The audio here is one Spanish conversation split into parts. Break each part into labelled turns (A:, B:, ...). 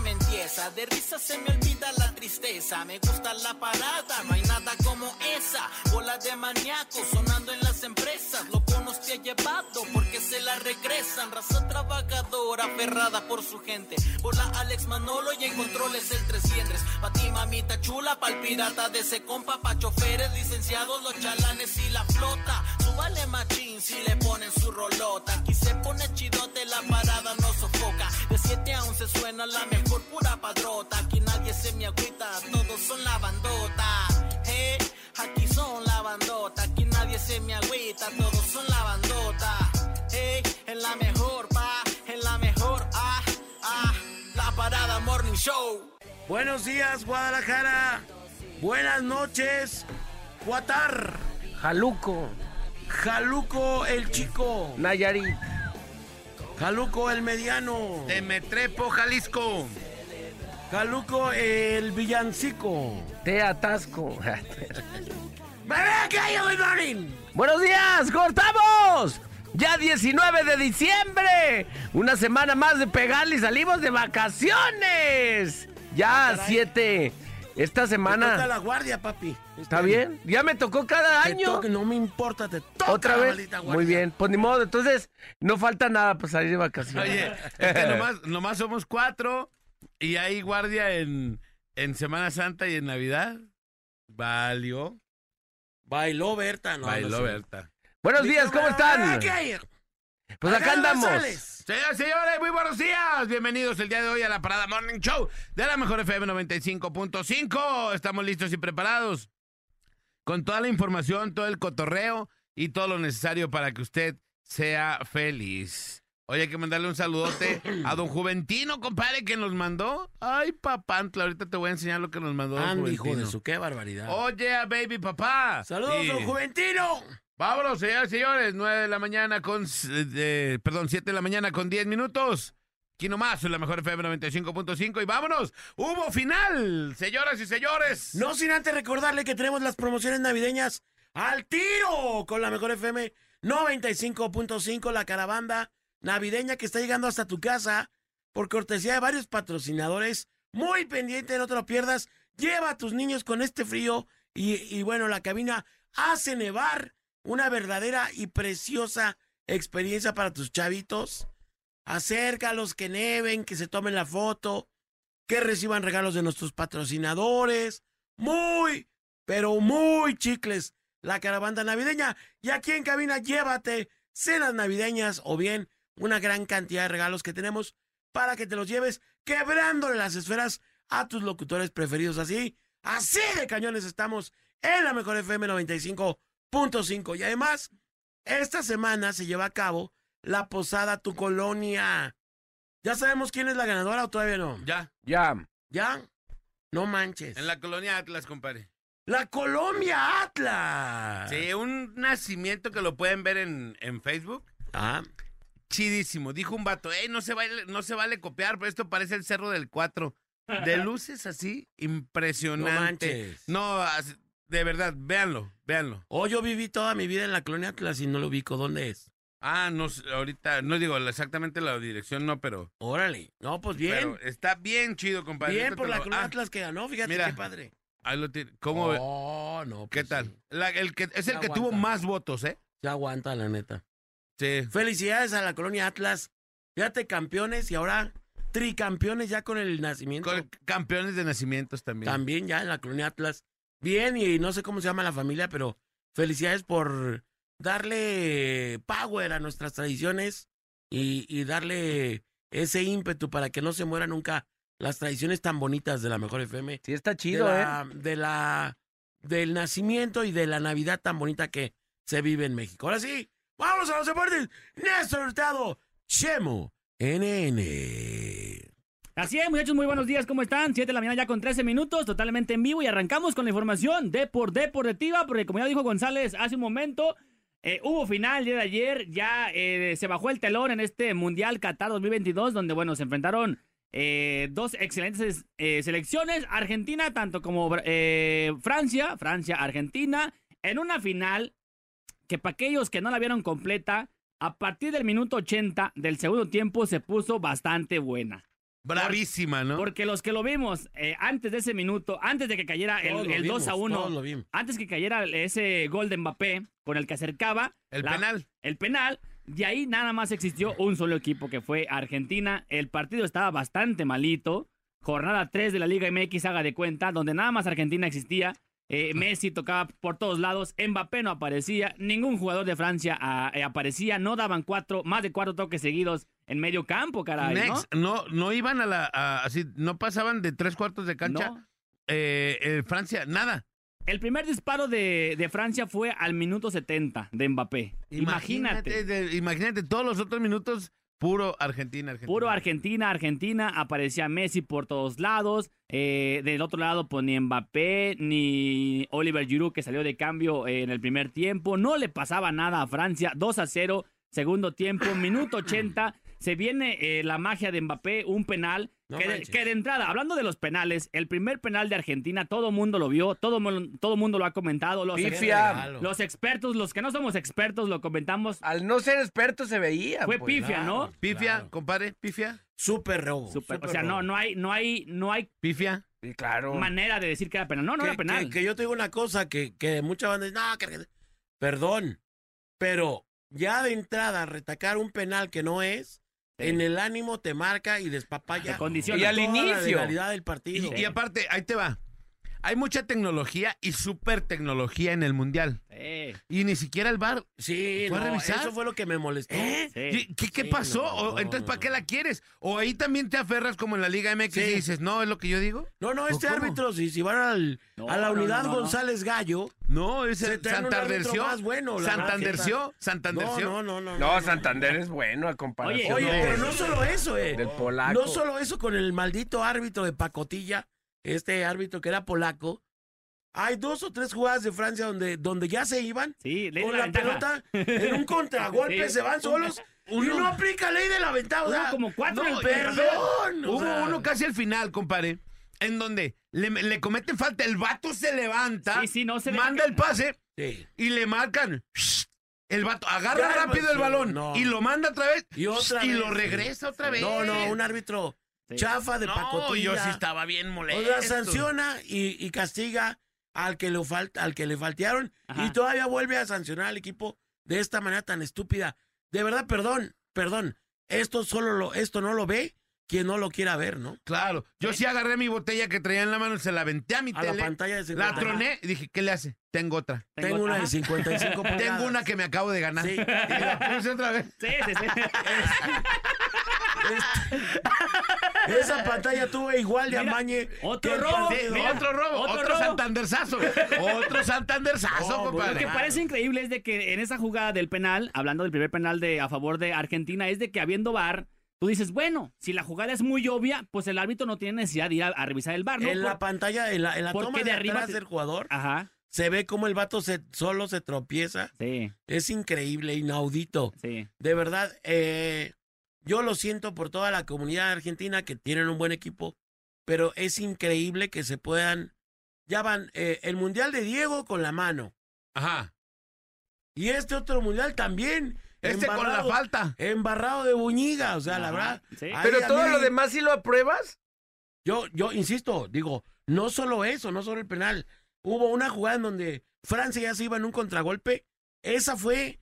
A: cerveza. De risa se me olvida la tristeza. Me gusta la parada, no hay nada como esa. Bola de maníaco sonando en las empresas. Loco nos te ha llevado porque se la regresan. Raza trabajadora, aferrada por su gente. Bola Alex Manolo y en controles el 300. Pa' ti, mamita chula, pa'l pirata de ese compa. Pa' choferes, licenciados, los chalanes y la flota. Súbale machín si le ponen su rolota. Aquí se pone chidote, la parada no sofoca. De 7 a 11 suena la mejor pura padrota. Aquí nadie se me agüita, todos son la bandota. Eh, aquí son la bandota. Aquí nadie se me agüita, todos son la bandota. Eh, en la mejor pa, en la mejor ah, ah. La parada Morning Show.
B: Buenos días, Guadalajara. Buenas noches, Cuatar.
C: Jaluco,
B: Jaluco el chico.
C: Nayarit.
B: Jaluco el mediano.
D: Temetrepo, Jalisco.
B: Jaluco el villancico.
C: Te atasco.
B: ¡Bebé, que hay hoy, Marín!
C: Buenos días, cortamos. Ya 19 de diciembre. Una semana más de pegarle y salimos de vacaciones.
B: Ah,
C: Ya
B: caray.
C: 7. Esta
B: Te toca
C: semana.
B: la guardia, papi.
C: ¿Está bien? Ya me tocó cada
B: Te
C: año.
B: toca, no me importa, te toca
C: Otra
B: la
C: vez.
B: maldita guardia.
C: Muy bien. Pues ni modo. Entonces, no falta nada para salir de vacaciones.
D: Oye, es que nomás, nomás somos cuatro y hay guardia en, en Semana Santa y en Navidad. Valió.
B: Bailó Berta, no.
D: Bailó
B: no sé.
D: Berta.
C: Buenos días, ¿cómo están?
B: ¿Qué hay?
C: Pues acá
B: Alejandro
C: andamos.
B: González.
D: Señoras y señores, muy buenos días. Bienvenidos el día de hoy a la Parada Morning Show de la Mejor FM 95.5. Estamos listos y preparados con toda la información, todo el cotorreo y todo lo necesario para que usted sea feliz. Hoy hay que mandarle un saludote a don Juventino, compadre, que nos mandó. Ay, papantla, ahorita te voy a enseñar lo que nos mandó don
B: Andy, hijo
D: Juventino.
B: de su, qué barbaridad.
C: Oh,
D: Oye, a baby papá.
B: Saludos,
D: Sí.
B: don Juventino.
D: Vámonos, señores, señores. 9 de la mañana con. eh, eh, perdón, 7 de la mañana con 10 minutos. Aquí nomás, en la mejor FM 95.5. Y vámonos. Hubo final, señoras y señores.
B: No sin antes recordarle que tenemos las promociones navideñas al tiro con la mejor FM 95.5, la carabanda navideña que está llegando hasta tu casa por cortesía de varios patrocinadores. Muy pendiente, no te lo pierdas. Lleva a tus niños con este frío y, y bueno, la cabina hace nevar una verdadera y preciosa experiencia para tus chavitos. Acércalos, que neven, que se tomen la foto, que reciban regalos de nuestros patrocinadores. Muy, pero muy chicles la caravana navideña. Y aquí en cabina llévate cenas navideñas o bien una gran cantidad de regalos que tenemos para que te los lleves quebrándole las esferas a tus locutores preferidos. Así, así de cañones estamos en la mejor FM 95.5. Y además, esta semana se lleva a cabo la posada Tu Colonia. ¿Ya sabemos quién es la ganadora o todavía no?
D: Ya,
C: Ya.
B: ¿Ya? No manches.
D: en la colonia Atlas, compadre.
B: La Colombia Atlas.
D: Sí, un nacimiento que lo pueden ver en, en Facebook.
B: Ah,
D: Chidísimo. Dijo un vato, "Ey, no se, vale, no se vale copiar, pero esto parece el Cerro del 4. De luces así,
B: no
D: impresionante.
B: manches.
D: No, as- de verdad, véanlo, véanlo.
B: Oh, yo viví toda mi vida en la Colonia Atlas y no lo ubico. ¿Dónde es?
D: Ah, no, sé, ahorita, no digo la- exactamente la dirección, no, pero,
B: Órale. No, pues bien.
D: pero está bien chido, compadre.
B: bien
D: Ahorita
B: por
D: te
B: la
D: lo-
B: Colonia
D: ah,
B: Atlas que ganó. Fíjate
D: mira.
B: qué padre.
D: ahí lo tiene. ¿Cómo ve?
B: Oh, no.
D: ¿Qué
B: pues
D: tal?
B: sí.
D: La- el que, es el
B: Ya
D: que tuvo
B: aguanta.
D: más votos, ¿eh?
B: Se aguanta, la neta.
D: Sí.
B: Felicidades a la Colonia Atlas. Fíjate, campeones y ahora tricampeones ya con el nacimiento.
D: Con campeones de nacimientos también.
B: También ya en la colonia Atlas. Bien, y no sé cómo se llama la familia, pero felicidades por darle power a nuestras tradiciones y, y darle ese ímpetu para que no se mueran nunca las tradiciones tan bonitas de la Mejor FM.
C: Sí, está
B: De
C: chido, ¿eh?
B: la, de la- del nacimiento y de la Navidad tan bonita que se vive en México. Ahora sí, vamos a los deportes. Néstor Hurtado, Chemo, NN.
E: Así es, muchachos, muy buenos días, ¿cómo están? 7 de la mañana ya con 13 minutos, totalmente en vivo y arrancamos con la información de por deportiva, porque como ya dijo González hace un momento, eh, hubo final el día de ayer, ya eh, se bajó el telón en este Mundial Qatar 2022, donde, bueno, se enfrentaron eh, dos excelentes eh, selecciones, Argentina tanto como Bra- eh, Francia, Francia-Argentina, en una final que para aquellos que no la vieron completa, a partir del minuto 80 del segundo tiempo se puso bastante buena.
D: Bravísima, ¿no?
E: Porque los que lo vimos eh, antes de ese minuto, antes de que cayera
B: Todos
E: el,
B: lo
E: el
B: vimos,
E: 2 a 1,
B: todos lo vimos.
E: antes que cayera ese gol de Mbappé con el que acercaba
D: El
E: la-
D: penal.
E: el penal, de ahí nada más existió un solo equipo que fue Argentina. El partido estaba bastante malito. Jornada 3 de la Liga MX, haga de cuenta, donde nada más Argentina existía. Eh, Messi tocaba por todos lados, Mbappé no aparecía, ningún jugador de Francia ah, eh, aparecía, no daban cuatro, más de cuatro toques seguidos en medio campo, caray, ¿no?
D: Next, ¿no? no iban a la a- así no pasaban de tres cuartos de cancha
E: No.
D: eh, eh, Francia nada
E: El primer disparo de, de Francia fue al minuto 70 de Mbappé. Imagínate.
D: de- imagínate todos los otros minutos puro Argentina Argentina
E: Puro Argentina, Argentina, aparecía Messi por todos lados. eh, del otro lado, pues ni Mbappé, ni Oliver Giroud, que salió de cambio eh, en el primer tiempo. No le pasaba nada a Francia. 2 a 0, segundo tiempo, minuto 80. Se viene eh, la magia de Mbappé, un penal.
B: No
E: que, de,
B: manches.
E: que de entrada, hablando de los penales, el primer penal de Argentina, todo mundo lo vio, todo, mon- todo mundo lo ha comentado. Los, ex-
C: Pifia.
E: los expertos, los que no somos expertos, lo comentamos.
C: Al no ser experto se veía.
E: Fue
C: Ah, pues.
E: pifia, ¿no?
D: pifia
B: Claro.
D: compadre pifia
B: Super robo.
E: Super- o
B: super
E: sea, no,
B: robo.
E: no hay, no hay, no hay
D: pifia
C: Sí, claro.
E: manera de decir que era penal. No, no
B: que,
E: era penal.
B: que- que yo te digo una cosa que, que mucha banda dice, no, que- que-". perdón, pero ya de entrada retacar un penal que no es, en el ánimo te marca y
E: Te
B: despapalla.
E: condiciona.
B: toda
C: Y al
B: La
C: inicio.
B: legalidad del
D: y,
B: partido.
D: y aparte ahí te va hay mucha tecnología y super tecnología en el mundial
E: Sí.
D: y ni siquiera el bar
B: sí,
D: ¿Fue a
B: no,
D: revisar?
B: eso fue lo que me molestó.
E: Sí.
D: ¿Qué, qué
B: Sí,
D: pasó?
B: no,
D: O-
B: no,
D: entonces, ¿para
B: no,
D: qué
B: no.
D: la quieres? ¿O ahí también te aferras como en la Liga MX y
B: Sí.
D: dices, no, es lo que yo digo?
B: No, no, este
D: ¿O cómo?
B: árbitro, si, si van al-
E: No,
B: a la
E: no, no,
B: unidad
E: no, no.
B: González Gallo,
D: No, es
B: Se
D: el
B: traen un árbitro
D: Santanderció.
B: más bueno, la verdad,
D: Santanderció.
B: No,
D: Santanderció.
B: no, no, no.
C: No, Santander es bueno a comparación.
B: Oye,
C: de-
B: pero no solo eso, eh.
C: Del polaco.
B: No solo eso, con el maldito árbitro de pacotilla, este árbitro que era polaco. Hay dos o tres jugadas de Francia donde, donde ya se iban.
E: Sí, ley de
B: Con
E: la,
B: la
E: ventaja.
B: pelota, en un contragolpe
E: Sí.
B: se van solos y no aplica ley de la ventaja. o
E: Hubo
B: sea,
E: como cuatro en el primer
B: perdón. o
D: Hubo
B: sea,
D: uno casi al final, compadre, en donde le, le cometen falta. El vato se levanta,
E: Sí, sí, no se le-
D: manda el pase
B: sí.
D: y le marcan. El vato agarra
B: Ya,
D: rápido
B: pues,
D: el balón
B: no.
D: y lo manda otra vez
B: Y otra
D: y
B: vez,
D: lo
B: sí.
D: regresa otra vez.
B: No, no, un árbitro
E: Sí.
B: chafa de
D: No,
B: pacotilla.
D: yo sí estaba bien molesto.
B: O sea, sanciona y, y castiga al que, le falta, al que le faltearon
E: Ajá.
B: y todavía vuelve a sancionar al equipo de esta manera tan estúpida. De verdad, perdón, perdón. Esto solo lo, esto no lo ve quien no lo quiera ver, ¿no?
D: Claro, yo sí agarré mi botella que traía en la mano, se la aventé a mi
B: ¿Eh? A la
D: tele,
B: pantalla de
D: la
B: 55.
D: troné y dije, ¿qué le hace? Tengo otra.
B: Tengo una
E: Ajá.
B: de 55 pulgadas.
D: Tengo una que me acabo de ganar.
B: Sí.
D: Y la puse otra vez.
E: Sí, sí, sí.
B: Esa pantalla tuvo igual de
E: Mira,
B: amañe.
E: otro
B: que el
E: robo.
D: Sí,
B: partido.
E: Mira,
D: otro robo,
E: otro
D: otro,
E: robo.
D: santandersazo, otro santandersazo,
B: No,
E: Lo que
D: compadre.
E: parece increíble es de que en esa jugada del penal, hablando del primer penal de a favor de Argentina, es de que habiendo VAR, tú dices, bueno, si la jugada es muy obvia, pues el árbitro no tiene necesidad de ir a, a revisar el VAR, ¿no?
B: En la
E: Por-
B: pantalla, en la, en la
E: porque
B: toma de,
E: de arriba Ah.
B: atrás
E: te-
B: del jugador,
E: Ajá,
B: se ve como el vato se, solo se tropieza.
E: sí,
B: Es increíble, inaudito.
E: sí.
B: De verdad, eh, yo lo siento por toda la comunidad argentina que tienen un buen equipo, pero es increíble que se puedan. Ya van eh, el mundial de Diego con la mano
D: Ajá.
B: y este otro mundial también.
D: Este con la
B: embarrado-
D: falta.
B: Embarrado de buñiga, o sea, la
E: Ajá,
B: verdad.
E: sí.
B: ahí
C: Pero
B: a
C: todo
B: mí-
C: lo demás sí lo apruebas.
B: Yo, yo insisto, digo, no solo eso, no solo el penal. Hubo una jugada en donde Francia ya se iba en un contragolpe. Esa fue.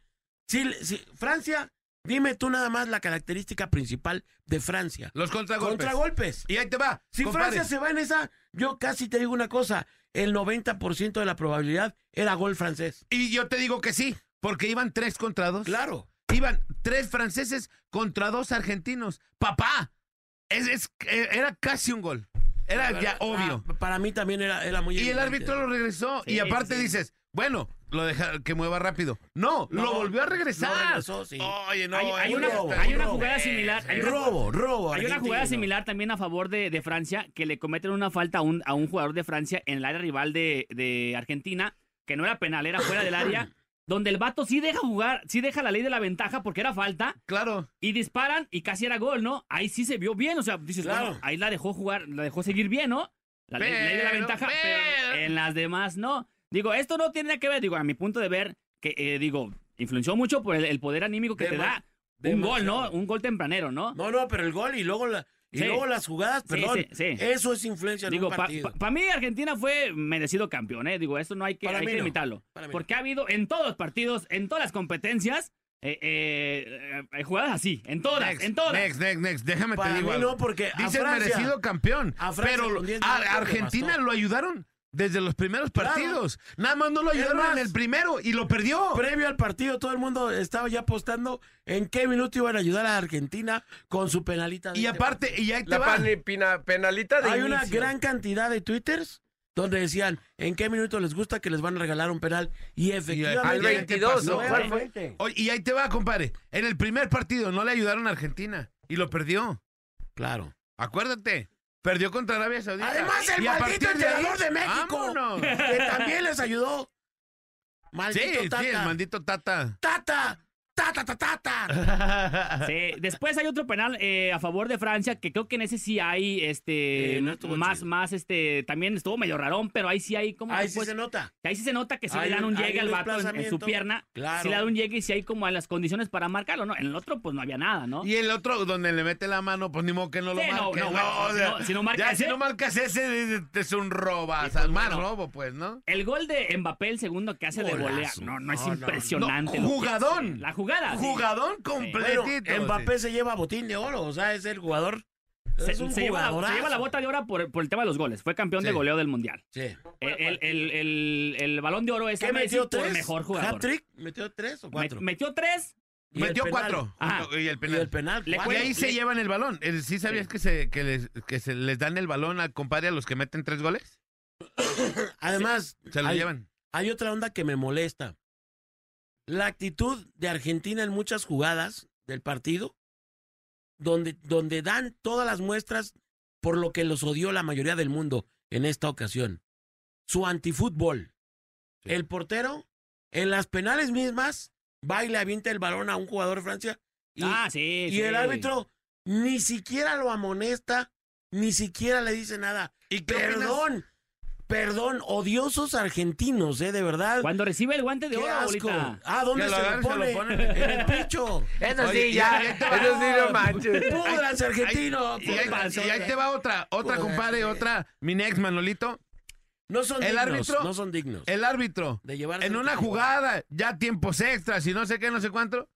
B: sí, sí, Francia, dime tú nada más la característica principal de Francia.
D: Los contragolpes.
B: Contragolpes.
D: Y ahí te va.
B: Si
D: compadre.
B: Francia se va en esa, yo casi te digo una cosa: el 90% de la probabilidad era gol francés.
D: Y yo te digo que sí, porque iban tres contra dos.
B: Claro.
D: Iban tres franceses contra dos argentinos. Papá, es, es- eh, era casi un gol. Era ya obvio.
B: Ah, para mí también era, era muy
D: Y el
B: evidente.
D: árbitro lo regresó.
E: Sí,
D: y aparte
E: sí.
D: dices, bueno, lo deja que mueva rápido. No,
B: No,
D: lo volvió a regresar.
B: lo regresó, sí.
D: Oye, no.
E: Hay- hay
D: es
E: una-
D: robo,
E: hay
D: un
E: una
D: robo.
E: jugada similar, hay una-
B: Robo, robo.
E: Hay una jugada
B: argentino.
E: similar también a favor de, de Francia, que le cometen una falta a un, a un jugador de Francia en el área rival de, de Argentina, que no era penal, era fuera del área, donde el vato sí deja jugar, sí deja la ley de la ventaja porque era falta,
D: Claro.
E: y disparan y casi era gol, ¿no? Ahí sí se vio bien, o sea, dices,
B: Claro.
E: bueno, ahí la dejó jugar, la dejó seguir bien, ¿no? La ley- ley de la
D: Pero,
E: ventaja, pero
D: pero-
E: en las demás no. Digo, esto no tiene nada que ver, digo, a mi punto de ver, que eh, digo, influenció mucho por el, el poder anímico que te
B: Dema-
E: da. Un gol, ¿no?
B: demasiado.
E: Un gol tempranero, ¿no?
B: No, no, pero el gol y luego la- Y
E: Sí.
B: luego las jugadas,
E: Sí,
B: perdón.
E: sí, sí.
B: Eso es influencia en
E: Digo,
B: un
E: para
B: partido.
E: mí Argentina fue merecido campeón, ¿eh? Digo, eso no hay que,
B: Para
E: hay
B: mí
E: que
B: no.
E: limitarlo.
B: Para mí no.
E: Porque ha habido en todos los partidos, en todas las competencias, eh, eh, eh, jugadas así, en todas,
D: Next,
E: en todas.
D: Next, next, next. Déjame
B: Para
D: te digo.
B: mí
D: algo.
B: no, porque a
D: Dice
B: Francia-
D: merecido campeón.
B: a Francia
D: pero
B: con 10
D: a
B: minutos le
D: Argentina
B: bastó.
D: lo ayudaron desde los primeros
B: Claro.
D: partidos. Nada más no lo ayudaron
B: más,
D: en el primero y lo perdió.
B: Previo al partido, todo el mundo estaba ya apostando en qué minuto iban a ayudar a Argentina con su penalita. de
D: Y
B: este
D: aparte, y ahí te
C: La
D: va.
C: pani- pina- penalita de
B: Hay una
C: inicio.
B: gran cantidad de twitters donde decían en qué minuto les gusta que les van a regalar un penal y
C: Al
B: efectivamente
C: 22, ¿no?
B: nueve,
C: ¿Cuál fue?
B: veinte.
D: Oye, y ahí te va, compadre. En el primer partido no le ayudaron a Argentina y lo perdió.
B: claro
D: Acuérdate. Perdió contra Arabia Saudita.
B: además el
D: Y a
B: maldito
D: partir de ahí,
B: entrenador de México
D: vámonos.
B: que también les ayudó
D: Sí,
B: maldito
D: sí,
B: tata.
D: el maldito Tata.
B: tata tata tata tata
E: Sí, Después hay otro penal eh, a favor de Francia, que creo que en ese sí hay este
B: Eh, no estuvo
E: más,
B: chido.
E: más, este, también estuvo medio rarón, pero ahí sí hay como
B: ahí
E: que,
B: sí
E: pues,
B: se nota
E: ahí sí se nota que sí
B: Hay
E: le dan
B: un-
E: un
B: hay
E: llegue
B: un
E: al vato en- en, su
B: desplazamiento.
E: pierna.
B: Claro.
E: Sí le dan un llegue y sí hay como las condiciones para marcarlo, ¿no? En el otro, pues no había nada, ¿no?
D: Y el otro, donde le mete la mano, pues ni modo que no lo
E: Sí, no,
D: marque.
E: no, bueno,
D: o sea,
E: no, si no marcas
D: ya, si
E: ese-
D: no marcas ese, es- es un roba. o sea,
E: pues,
D: más
E: bueno.
D: robo, pues, ¿no?
E: El gol de Mbappé, el segundo que hace de
B: Golazo.
E: volea. No, no es
B: No, no,
E: impresionante.
D: no,
E: lo que
D: jugadón.
E: hace. La jugada. sí.
D: Jugadón
B: bueno,
D: completito.
B: Mbappé se lleva botín de oro o sea es el jugador
E: Se,
B: es un
E: se lleva la, se
B: jugadorazo.
E: lleva la bota de oro por, por el tema de los goles. Fue campeón de
D: Sí.
E: goleo del mundial.
B: sí.
E: El, el- el- el- el balón de oro es
B: ¿Qué
E: a Messi
B: metió
E: por
B: tres
E: mejor jugador.
B: ¿Hat-trick? metió tres o
E: Me-
B: cuatro
E: metió tres.
B: Y el
D: Metió
B: penal.
D: cuatro.
E: Ajá.
D: Y el
B: y
D: penal.
B: el penal
E: Le
D: Y
B: cuatro.
E: cuelga-
D: ahí se
E: Le-
D: llevan el balón. El- ¿Sí sabías
E: Sí.
D: que, se, que, les, que se les dan el balón al compadre a los que meten tres goles?
B: además
D: Se lo
B: hay-
D: llevan.
B: Hay otra onda que me molesta. La actitud de Argentina en muchas jugadas del partido, donde, donde dan todas las muestras por lo que los odió la mayoría del mundo en esta ocasión. Su antifútbol.
D: Sí.
B: El portero, en las penales mismas, va y le avienta el balón a un jugador de Francia. Y,
E: ah, sí.
B: y
E: sí.
B: el árbitro ni siquiera lo amonesta, ni siquiera le dice nada.
D: ¿Y qué opinas?
B: Perdón, perdón, odiosos argentinos, ¿eh? De verdad.
E: Cuando recibe el guante de
B: ¡Qué
E: oro,
B: asco!
E: abuelita.
B: Ah,
D: Que
B: ¿dónde
D: lo
B: se
D: agarren,
B: lo pone?
D: se lo ponen.
B: En el pecho.
C: Eso sí,
D: Oye,
C: ya.
D: y ahí te va.
C: Eso sí, no manches.
B: ¡Pudras, argentino!
D: Y ahí,
B: pudras!
D: y ahí te va otra, otra,
B: Joder.
D: compadre, otra. Mi ex Manolito.
B: No son
D: El
B: dignos,
D: árbitro-
B: no son dignos.
D: El árbitro.
B: de llevarse
D: en
B: el
D: una
B: tiempo.
D: jugada, ya tiempos extras y no sé qué, no sé cuánto,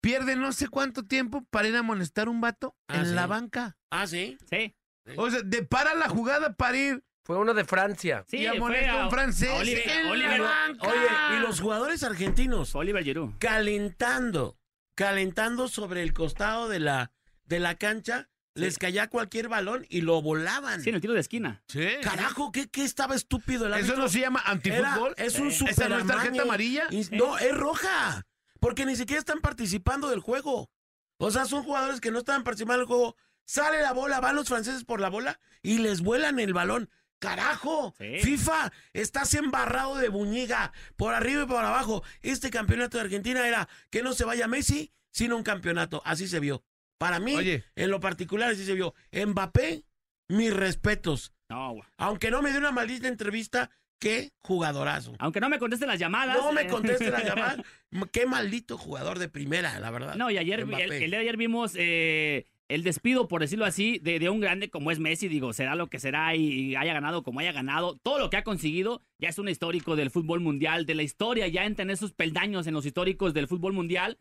D: pierde no sé cuánto tiempo para ir a amonestar un vato
B: Ah,
D: en
B: sí.
D: la banca.
B: Ah, ¿sí?
E: Sí.
D: O sea, de para la jugada para ir
C: Fue uno de Francia.
E: Sí,
D: y
E: fue
D: amonesta
E: a-
D: un francés.
E: a Oliver,
D: en la
E: Oliver,
D: banca.
B: Oye, y los jugadores argentinos
E: Oliver Giroud.
B: calentando, calentando sobre el costado de la, de la cancha, les caía cualquier balón y lo volaban.
E: Sí, en el tiro de esquina.
D: Sí.
B: Carajo, ¿qué, qué estaba estúpido el árbitro?
D: Eso no se llama
B: Era-
D: antifútbol. Eh,
B: es un super
D: ¿Esa no es tarjeta
B: amañe.
D: amarilla?
B: Y- no, es roja. Porque ni siquiera están participando del juego. O sea, son jugadores que no están participando del juego. Sale la bola, van los franceses por la bola y les vuelan el balón. ¡Carajo!
E: Sí.
B: FIFA, estás embarrado de buñiga por arriba y por abajo. Este campeonato de Argentina era que no se vaya Messi, sino un campeonato. Así se vio. Para mí,
D: Oye.
B: en lo particular, así se vio. Mbappé, mis respetos.
E: No, güey.
B: Aunque no me dio una maldita entrevista, qué jugadorazo.
E: Aunque no me conteste las llamadas.
B: No me
E: eh.
B: conteste la llamada. M- Qué maldito jugador de primera, la verdad.
E: No, y ayer, el,
B: Mbappé.
E: el día de ayer vimos eh, el despido, por decirlo así, de, de un grande como es Messi. Digo, será lo que será y, y haya ganado como haya ganado. Todo lo que ha conseguido ya es un histórico del fútbol mundial, de la historia, ya en tener sus peldaños en los históricos del fútbol mundial.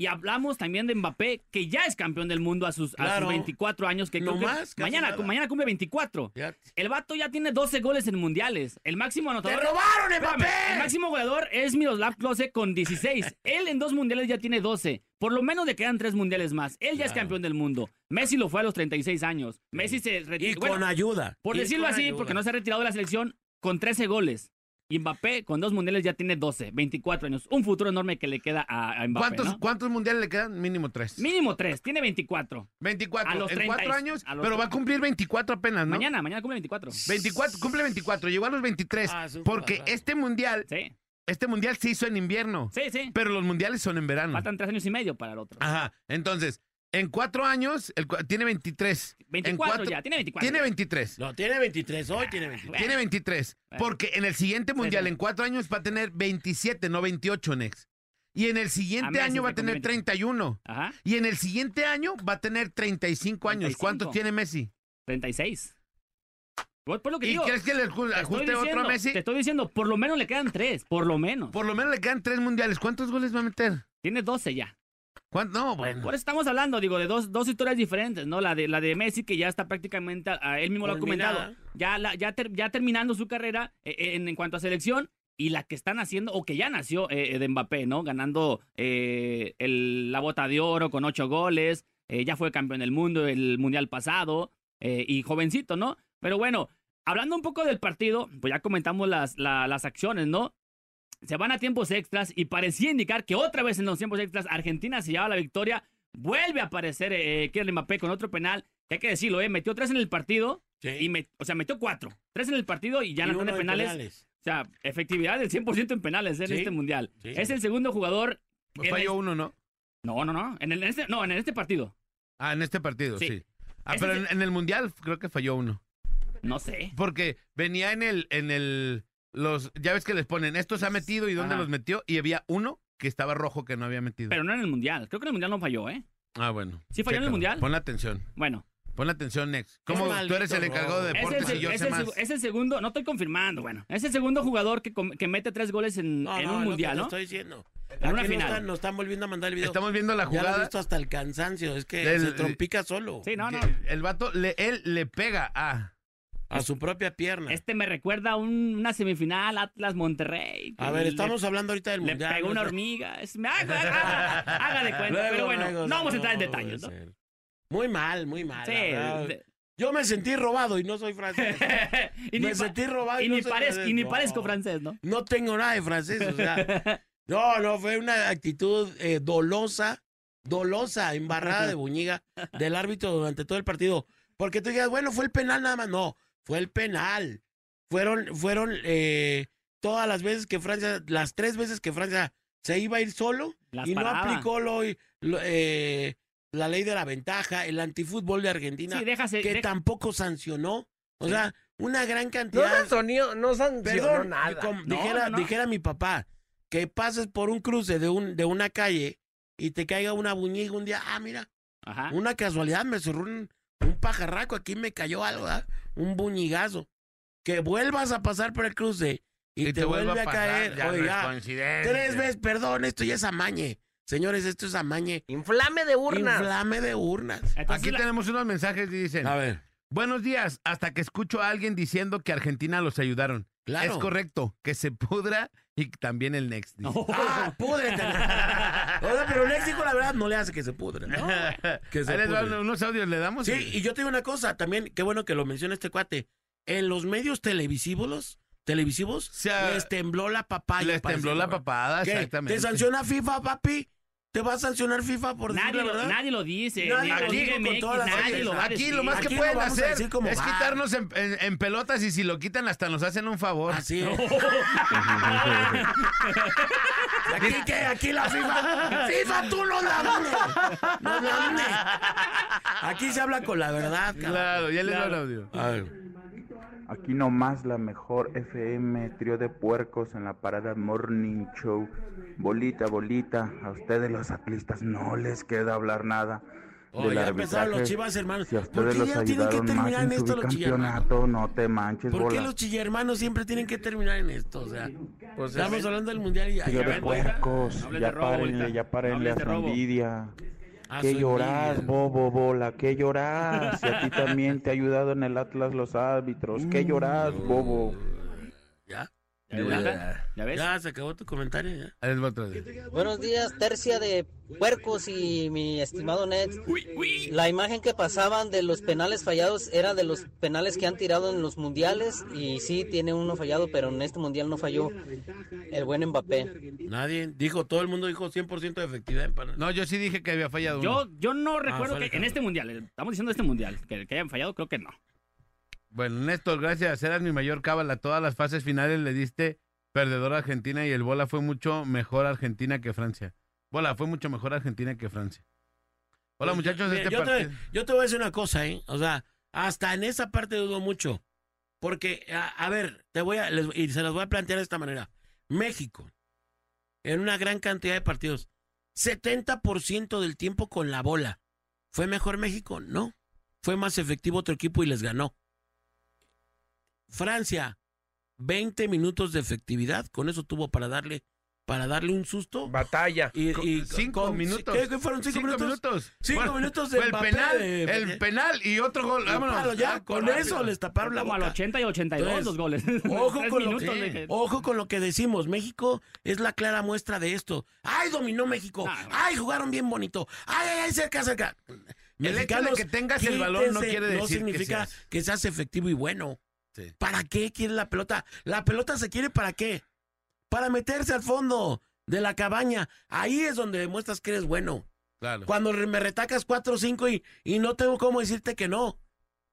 E: Y hablamos también de Mbappé, que ya es campeón del mundo a sus, a sus
B: Claro.
E: 24 años. Que
B: No
E: creo que
B: más, casi
E: mañana,
B: nada.
E: mañana cumple 24.
B: Ya.
E: El vato ya tiene 12 goles en mundiales. El máximo
B: ¡Te
E: anotador.
B: robaron,
E: Espérame, El
B: Mbappé!
E: máximo goleador es Miroslav Klose con 16. Él en dos mundiales ya tiene 12. Por lo menos le quedan tres mundiales más. Él ya es
B: Claro.
E: campeón del mundo. Messi lo fue a los 36 años. Messi se
B: Y
E: retiró.
B: con ayuda.
E: por
B: Y
E: decirlo
B: con
E: así,
B: ayuda.
E: porque no se ha retirado de la selección, con 13 goles. Y Mbappé con dos mundiales ya tiene 12, 24 años. Un futuro enorme que le queda a, a Mbappé.
D: ¿Cuántos,
E: ¿no?
D: ¿Cuántos mundiales le quedan? Mínimo tres.
E: Mínimo tres, tiene 24.
D: 24.
E: A los
D: en
E: 30
D: cuatro años,
E: a los
D: pero va a cumplir 24 apenas, ¿no?
E: Mañana, mañana cumple 24.
D: 24, cumple 24, llegó a los 23.
B: Ah, es un
D: porque
B: jugadorazo.
D: este mundial,
E: Sí,
D: este mundial se hizo en invierno,
E: sí, sí.
D: pero los mundiales son en verano.
E: Faltan tres años y medio para el otro.
D: Ajá, entonces, en cuatro años, el cua- tiene 23. En
E: 24
D: cuatro-
E: ya, tiene 24.
D: Tiene 23.
B: No, tiene 23,
E: Ah,
B: hoy tiene 23.
D: Tiene 23.
E: Bueno.
D: Porque en el siguiente mundial,
E: sí.
D: en cuatro años, va a tener 27, no 28, Nex. Y en el siguiente
E: Ah,
D: año
E: meses
D: va a
E: te
D: tener
E: conviene.
D: 31.
E: Ajá,
D: Y en el siguiente año va a tener 35 años.
E: 35.
D: ¿Cuántos tiene Messi?
E: 36. Pues por lo que
D: ¿Y
E: digo.
D: crees que le ajuste
E: te estoy
D: otro
E: diciendo,
D: a Messi?
E: Te estoy diciendo, por lo menos le quedan tres, por lo menos.
D: Por lo menos le quedan tres mundiales. ¿Cuántos goles va a meter?
E: Tiene 12 ya.
D: ¿Cuán- No, bueno.
E: Por eso estamos hablando, digo, de dos, dos historias diferentes, ¿no? La de, la de Messi, que ya está prácticamente, a- a él mismo lo ha
B: Culminada.
E: comentado, ya, la- ya, ter- ya terminando su carrera eh, eh, en, en cuanto a selección, y la que están haciendo, o que ya nació eh, eh, de Mbappé, ¿no? Ganando eh, el- la bota de oro con ocho goles, eh, ya fue campeón del mundo el mundial pasado, eh, y jovencito, ¿no? Pero bueno, hablando un poco del partido, pues ya comentamos las, la- las acciones, ¿no? Se van a tiempos extras y parecía indicar que otra vez en los tiempos extras Argentina se llevaba la victoria. Vuelve a aparecer eh, Kylian Mbappé con otro penal. Que hay que decirlo, eh, metió tres en el partido
B: Sí.
E: y met- o sea, metió cuatro. Tres en el partido y ya en
B: Y
E: la tanda
B: uno
E: de
B: de
E: penales.
B: penales.
E: O sea, efectividad del 100% en penales en
B: Sí,
E: este mundial.
B: sí.
E: Es el segundo jugador.
D: Pues
E: en
D: falló
E: el-
D: uno, ¿no?
E: No, no, no. En, el- en este, no, en este partido.
D: Ah, en este partido, sí.
E: Sí.
D: Ah,
E: Ese
D: pero
E: sí-
D: en, en el mundial creo que falló uno.
E: No sé.
D: Porque venía en el, en el, los, ya ves que les ponen, estos ha metido y dónde
E: Ajá.
D: los metió, y había uno que estaba rojo que no había metido.
E: Pero no en el mundial. Creo que en el mundial no falló, ¿eh?
D: ah, bueno.
E: ¿Sí falló en el
D: Chécalo.
E: mundial?
D: Pon la atención,
E: bueno.
D: pon la atención, Nex. Como tú
B: maldito
D: eres el encargado de
E: Es
B: robo.
E: el,
D: deportes
E: se-
D: y yo
E: es
D: sé
E: el
D: más.
E: segu- es el segundo, no estoy confirmando, bueno, es el segundo jugador que, com- que mete tres goles en, en un
B: es lo que
E: mundial,
B: te
E: ¿no?
B: estoy diciendo.
E: En una
B: Aquí nos
E: final.
B: están- nos están volviendo a mandar el video.
D: Estamos viendo la
B: ya lo he
D: jugada.
B: visto hasta el cansancio. Es que
D: Del-
B: se trompica solo
E: Sí, no, no.
D: que El vato, le- él le pega a...
B: a su propia pierna.
E: Este me recuerda a un- una semifinal Atlas Monterrey.
B: A ver,
E: Le-
B: estamos hablando ahorita del
E: Le,
B: mundial.
E: pegó
B: ¿no? Ah,
E: una hormiga. Es, haga, haga- haga de cuenta.
B: Luego,
E: pero bueno,
B: luego,
E: no vamos a entrar en
B: no,
E: detalles, ¿no?
B: puede ser. Muy mal, muy mal.
E: Sí,
B: la verdad.
E: de-
B: Yo me sentí robado y no soy francés.
E: y
B: me
E: ni, pa-
B: sentí robado y,
E: y
B: no
E: ni
B: soy
E: parez-
B: francés.
E: y ni
B: No.
E: parezco francés, ¿no?
B: No tengo nada de francés, o sea. no, no, fue una actitud eh, dolosa, dolosa, embarrada de buñiga del árbitro durante todo el partido. Porque tú digas, bueno, fue el penal nada más. No, fue el penal. Fueron, fueron eh, todas las veces que Francia, las tres veces que Francia se iba a ir solo
E: Las
B: y no
E: paraba.
B: aplicó lo, lo- eh, la ley de la ventaja, el antifútbol de Argentina,
E: Sí, déjase.
B: que
E: deja-
B: tampoco sancionó. O sea, una gran
C: No
B: cantidad.
C: sancionó, no sancionó
B: Perdón,
C: nada.
B: como
E: No,
B: dijera,
E: no, no.
B: dijera mi papá, que pases por un cruce de, un, de una calle y te caiga una buñiga un día, ah, mira,
E: Ajá.
B: una casualidad, me cerró un, un pajarraco, aquí me cayó algo, ¿verdad? un buñigazo. Que vuelvas a pasar por el cruce y, te, vuelve, a,
D: pasar,
B: caer,
D: ya no es
B: oiga,
D: coincidencia.
B: tres veces, perdón, esto ya es amañe. Señores, esto es amañe.
C: Inflame de urnas.
B: Inflame de urnas.
E: Entonces
D: Aquí
E: la-
D: tenemos unos mensajes y dicen,
B: A ver,
D: buenos días, hasta que escucho a alguien diciendo que Argentina los ayudaron.
B: claro.
D: Es correcto, que se pudra y también el Next. dice.
B: Ah, púdrete. O sea, pero el léxico, la verdad, no le hace que se pudre. Que se
D: Ahí les van
B: pudre.
D: unos audios le damos.
B: Sí, y yo te digo una cosa también, qué bueno que lo menciona este cuate. En los medios televisivos, televisivos,
D: sea,
B: les tembló la papaya.
D: les
B: Ah, parece,
D: tembló la
B: cabrón.
D: papada,
B: ¿Qué?
D: exactamente.
B: ¿Te sanciona FIFA, papi? ¿Te va a sancionar FIFA por decir
E: nadie,
B: la
E: lo,
B: verdad?
E: nadie lo dice.
B: Nadie
E: ni la
B: lo
E: Liga
B: dijo con
E: MX,
B: todas las
E: nadie
B: leyes.
E: lo va a
D: Aquí lo
E: decir.
D: más
B: Aquí
D: que
B: lo
D: pueden
B: vamos a
D: hacer
B: decir como
D: es
B: va.
D: quitarnos en, en- en pelotas y si lo quitan hasta nos hacen un favor.
B: Así es. aquí, ¿qué? aquí la FIFA. FIFA, tú no la mames. No la mames. Aquí se habla con la verdad, cabrón.
D: Claro, ya les va el audio.
B: A ver.
F: Aquí nomás la mejor FM, trío de puercos en la parada Morning Show. Bolita, bolita, a ustedes los atlistas no les queda hablar nada.
B: Oh,
F: del
B: ya empezaron
F: arbitraje.
B: los chivas, hermano.
F: Si a
B: ¿Por
F: ustedes
B: qué
F: los
B: ya tienen que
F: ayudaron más
B: terminar en
F: en su
B: esto los chillarmanos?
F: bicampeonato, no te manches,
B: ¿Por qué
F: Pues bola.
B: los chillermanos siempre tienen que terminar en esto? O sea, pues estamos hablando del mundial y
F: Trío
B: ya
F: de
E: ven, bolita. No
F: puercos,
E: hables de
F: ya
E: robo, bolita.
F: párenle, ya párenle
E: No hables
F: a
E: de
F: su
E: robo.
F: envidia.
B: a
F: ¿Qué
B: su
F: llorás,
B: envidia.
F: bobo, bola? ¿Qué llorás? Si a ti también te ha ayudado en el Atlas los árbitros. ¿Qué
B: Mm.
F: llorás, bobo?
B: ¿Ya?
E: ¿Ya? ¿Ya ves?
B: Ya, se acabó tu comentario. ya.
D: Ahí Ah, les va otro audio.
G: Buenos días, tercia de puercos y mi estimado Ned. La imagen que pasaban de los penales fallados era de los penales que han tirado en los mundiales y sí tiene uno fallado, pero en este mundial no falló el buen Mbappé.
B: Nadie dijo, todo el mundo dijo 100% de efectividad en penal.
D: No, yo sí dije que había fallado uno.
E: Yo, yo no recuerdo
B: fue
E: que en
B: Alejandro.
E: este mundial, eh, estamos diciendo este mundial, que, que hayan fallado, creo que no.
D: Bueno, Néstor, gracias. Eras mi mayor cábala. Todas las fases finales le diste perdedor a Argentina y el bola fue mucho mejor Argentina que Francia. Bola, fue mucho mejor Argentina que Francia. Hola,
B: Pues,
D: muchachos.
B: mira,
D: este
B: yo,
D: partido.
B: te, yo te voy a decir una cosa, ¿eh? O sea, hasta en esa parte dudo mucho. Porque, a, a ver, te voy a, les- y se las voy a plantear de esta manera. México, en una gran cantidad de partidos. 70% del tiempo con la bola. ¿Fue mejor México? No. Fue más efectivo otro equipo y les ganó. Francia, 20 minutos de efectividad. Con eso tuvo para darle, para darle un susto.
C: Batalla.
B: Y, y
D: eh, cinco
B: con-
D: minutos.
B: ¿Qué, qué fueron? ¿Cinco, minutos? Cinco
D: Bueno,
B: minutos de
D: fue el
B: Mbappé,
D: penal,
B: de-
D: el penal y otro gol.
B: Palo,
D: Vámonos.
B: ya,
D: Ah,
B: con
D: rápido.
B: eso les taparon la
E: Como al
B: boca.
E: 80 y 82
B: Entonces,
E: los goles.
B: Ojo
E: Tres
B: con, lo
E: minutos
D: sí.
E: de-
B: que, Oh, ojo con lo que decimos. México es la clara muestra de esto. ¡Ay, dominó México!
E: Ah, no.
B: ¡Ay, jugaron bien bonito! ¡Ay, ay, ay, cerca, cerca!
D: El hecho de que tengas el balón no
B: quítense,
D: quiere decir
B: No
D: que
B: significa que
D: seas-
B: seas, efectivo y bueno.
D: Sí.
B: ¿Para qué quiere la pelota? ¿La pelota se quiere para qué? Para meterse al fondo de la cabaña. Ahí es donde demuestras que eres bueno.
D: Claro.
B: Cuando re- me retacas 4 o 5 y, y no tengo cómo decirte que no.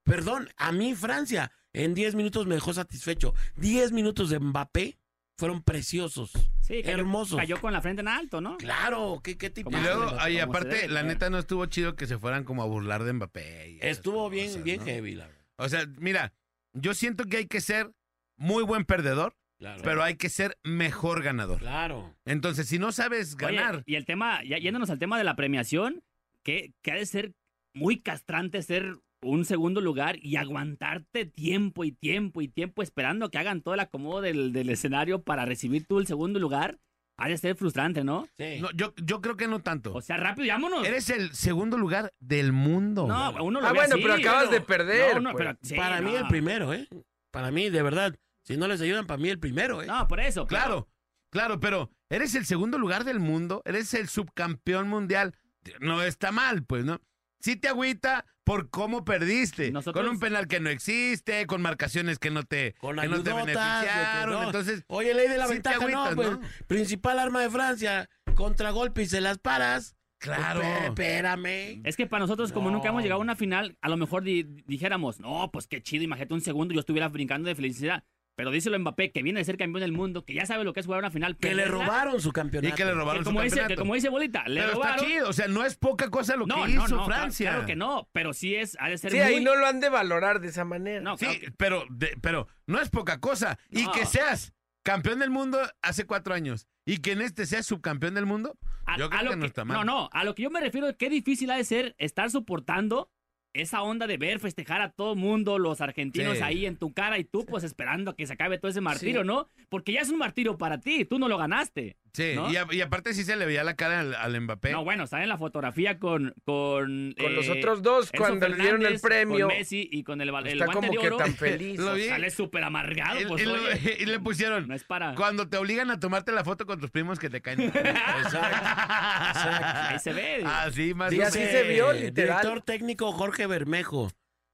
B: Perdón, a mí Francia en 10 minutos me dejó satisfecho. 10 minutos de Mbappé fueron preciosos.
E: Sí, cayó-
B: hermosos.
E: Cayó con la frente en alto, ¿no?
B: Claro, qué, qué tipo.
D: Y luego,
E: Como-
D: ahí
E: como se
D: aparte,
E: debe,
D: la
E: claro.
D: neta no estuvo chido que se fueran como a burlar de Mbappé. y esas
B: Estuvo bien,
D: cosas,
B: bien
D: ¿no?
B: heavy, la verdad.
D: O sea, mira, yo siento que hay que ser muy buen perdedor,
B: Claro.
D: pero hay que ser mejor ganador.
B: Claro.
D: Entonces, si no sabes
E: Oye,
D: ganar,
E: y el tema, ya yéndonos al tema de la premiación, que, que ha de ser muy castrante ser un segundo lugar y aguantarte tiempo y tiempo y tiempo esperando que hagan todo el acomodo del, del escenario para recibir tú el segundo lugar, ha de ser frustrante, ¿no?
B: Sí.
D: no, yo, yo creo que no tanto.
E: O sea, rápido, vámonos.
D: Eres el segundo lugar del mundo.
E: No, uno lo
C: Ah,
E: ve
C: bueno,
E: así,
C: pero acabas de perder,
E: No, no,
C: pues.
E: pero, sí,
B: para mí
E: no.
B: el primero, ¿eh? Para mí, de verdad. Si no les ayudan, para mí el primero, ¿eh?
E: No, por eso. pero-
D: Claro, claro, pero eres el segundo lugar del mundo, eres el subcampeón mundial. No está mal, pues, ¿no? Sí te agüita por cómo perdiste.
E: Nosotros-
D: Con un penal que no existe, con marcaciones que no te,
B: Con
D: que no te
B: ayudotas, de que
D: beneficiaron.
B: no.
D: Entonces,
E: Pues,
B: Oye, ley de la
D: Sí te
B: ventaja,
D: agüitas,
B: no, pues,
D: ¿no?
B: principal arma de Francia, contragolpe y se las paras.
D: claro.
B: Espe- Espérame.
E: Es que para nosotros, como nunca hemos
B: No.
E: llegado a una final, a lo mejor di- dijéramos, no, pues qué chido, imagínate un segundo, yo estuviera brincando de felicidad. Pero díselo Mbappé, que viene de ser campeón del mundo, que ya sabe lo que es jugar una final.
B: Que le
E: perderla,
B: robaron su
D: y
B: campeonato.
D: que le
E: Que
D: robaron su
E: como, dice, que
D: campeonato.
E: como dice Bolita, le
D: pero
E: robaron.
D: está chido, o sea, no es poca cosa lo
E: no,
D: que
E: no,
D: hizo
E: no, cla-
D: Francia.
E: Claro que no, pero sí es, ha de ser
C: Sí,
E: muy...
C: ahí no lo han de valorar de esa manera.
E: No,
D: Sí,
E: claro que-
D: pero, de- pero no es poca cosa. Y
E: No.
D: que seas campeón del mundo hace cuatro años y que en este seas subcampeón del mundo,
E: a-
D: yo creo
E: a lo
D: que no está mal.
E: No, no, a lo que yo me refiero es qué difícil ha de ser estar soportando esa onda de ver festejar a todo mundo, los argentinos
D: Sí.
E: ahí en tu cara y tú pues esperando a que se acabe todo ese martirio, ¿no? Porque ya es un martirio para ti, tú no lo ganaste.
D: Sí,
E: ¿no?
D: y, a- y aparte sí se le veía la cara al, al Mbappé.
E: No, bueno, está en la fotografía con. Con,
C: Con los
E: eh,
C: otros dos,
E: Enzo
C: cuando le dieron el
E: Fernández,
C: premio,
E: Con Messi y con el, ba- el
C: está
E: guante
C: como
E: de
C: que
E: oro.
C: tan feliz.
D: Lo
C: o
D: vi.
C: sea,
E: Sale súper amargado,
D: Y-
E: pues,
D: y, lo-
E: oye,
D: y le pusieron,
E: No es para.
D: cuando te obligan a tomarte la foto con tus primos que te caen.
E: Ahí se ve.
C: Ah,
D: Así más
C: Y
D: o
C: así
D: menos.
C: se vio, literal.
B: Director técnico Jorge Bermejo.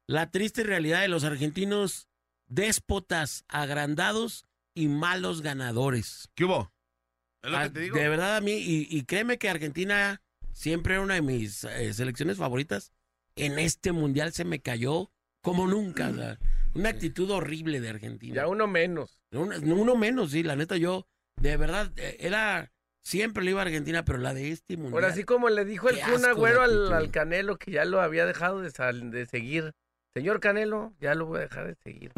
B: La triste realidad de los argentinos déspotas, agrandados y malos ganadores.
D: ¿Qué hubo? Es lo
B: Ah,
D: que te digo.
B: De verdad a mí, y, y créeme que Argentina siempre era una de mis eh, selecciones favoritas. En este mundial se me cayó como nunca. o sea, una actitud horrible de Argentina.
C: Ya uno menos.
B: Uno, uno menos, sí, la neta, yo, de verdad, eh, era, siempre le iba a Argentina, pero la de este mundial.
C: Ahora sí, como le dijo el
B: Qué
C: Kun
B: asco de
C: Agüero al,
B: actitud.
C: al Canelo, que ya lo había dejado de, sal- de seguir. Señor Canelo, ya lo voy a dejar de seguir.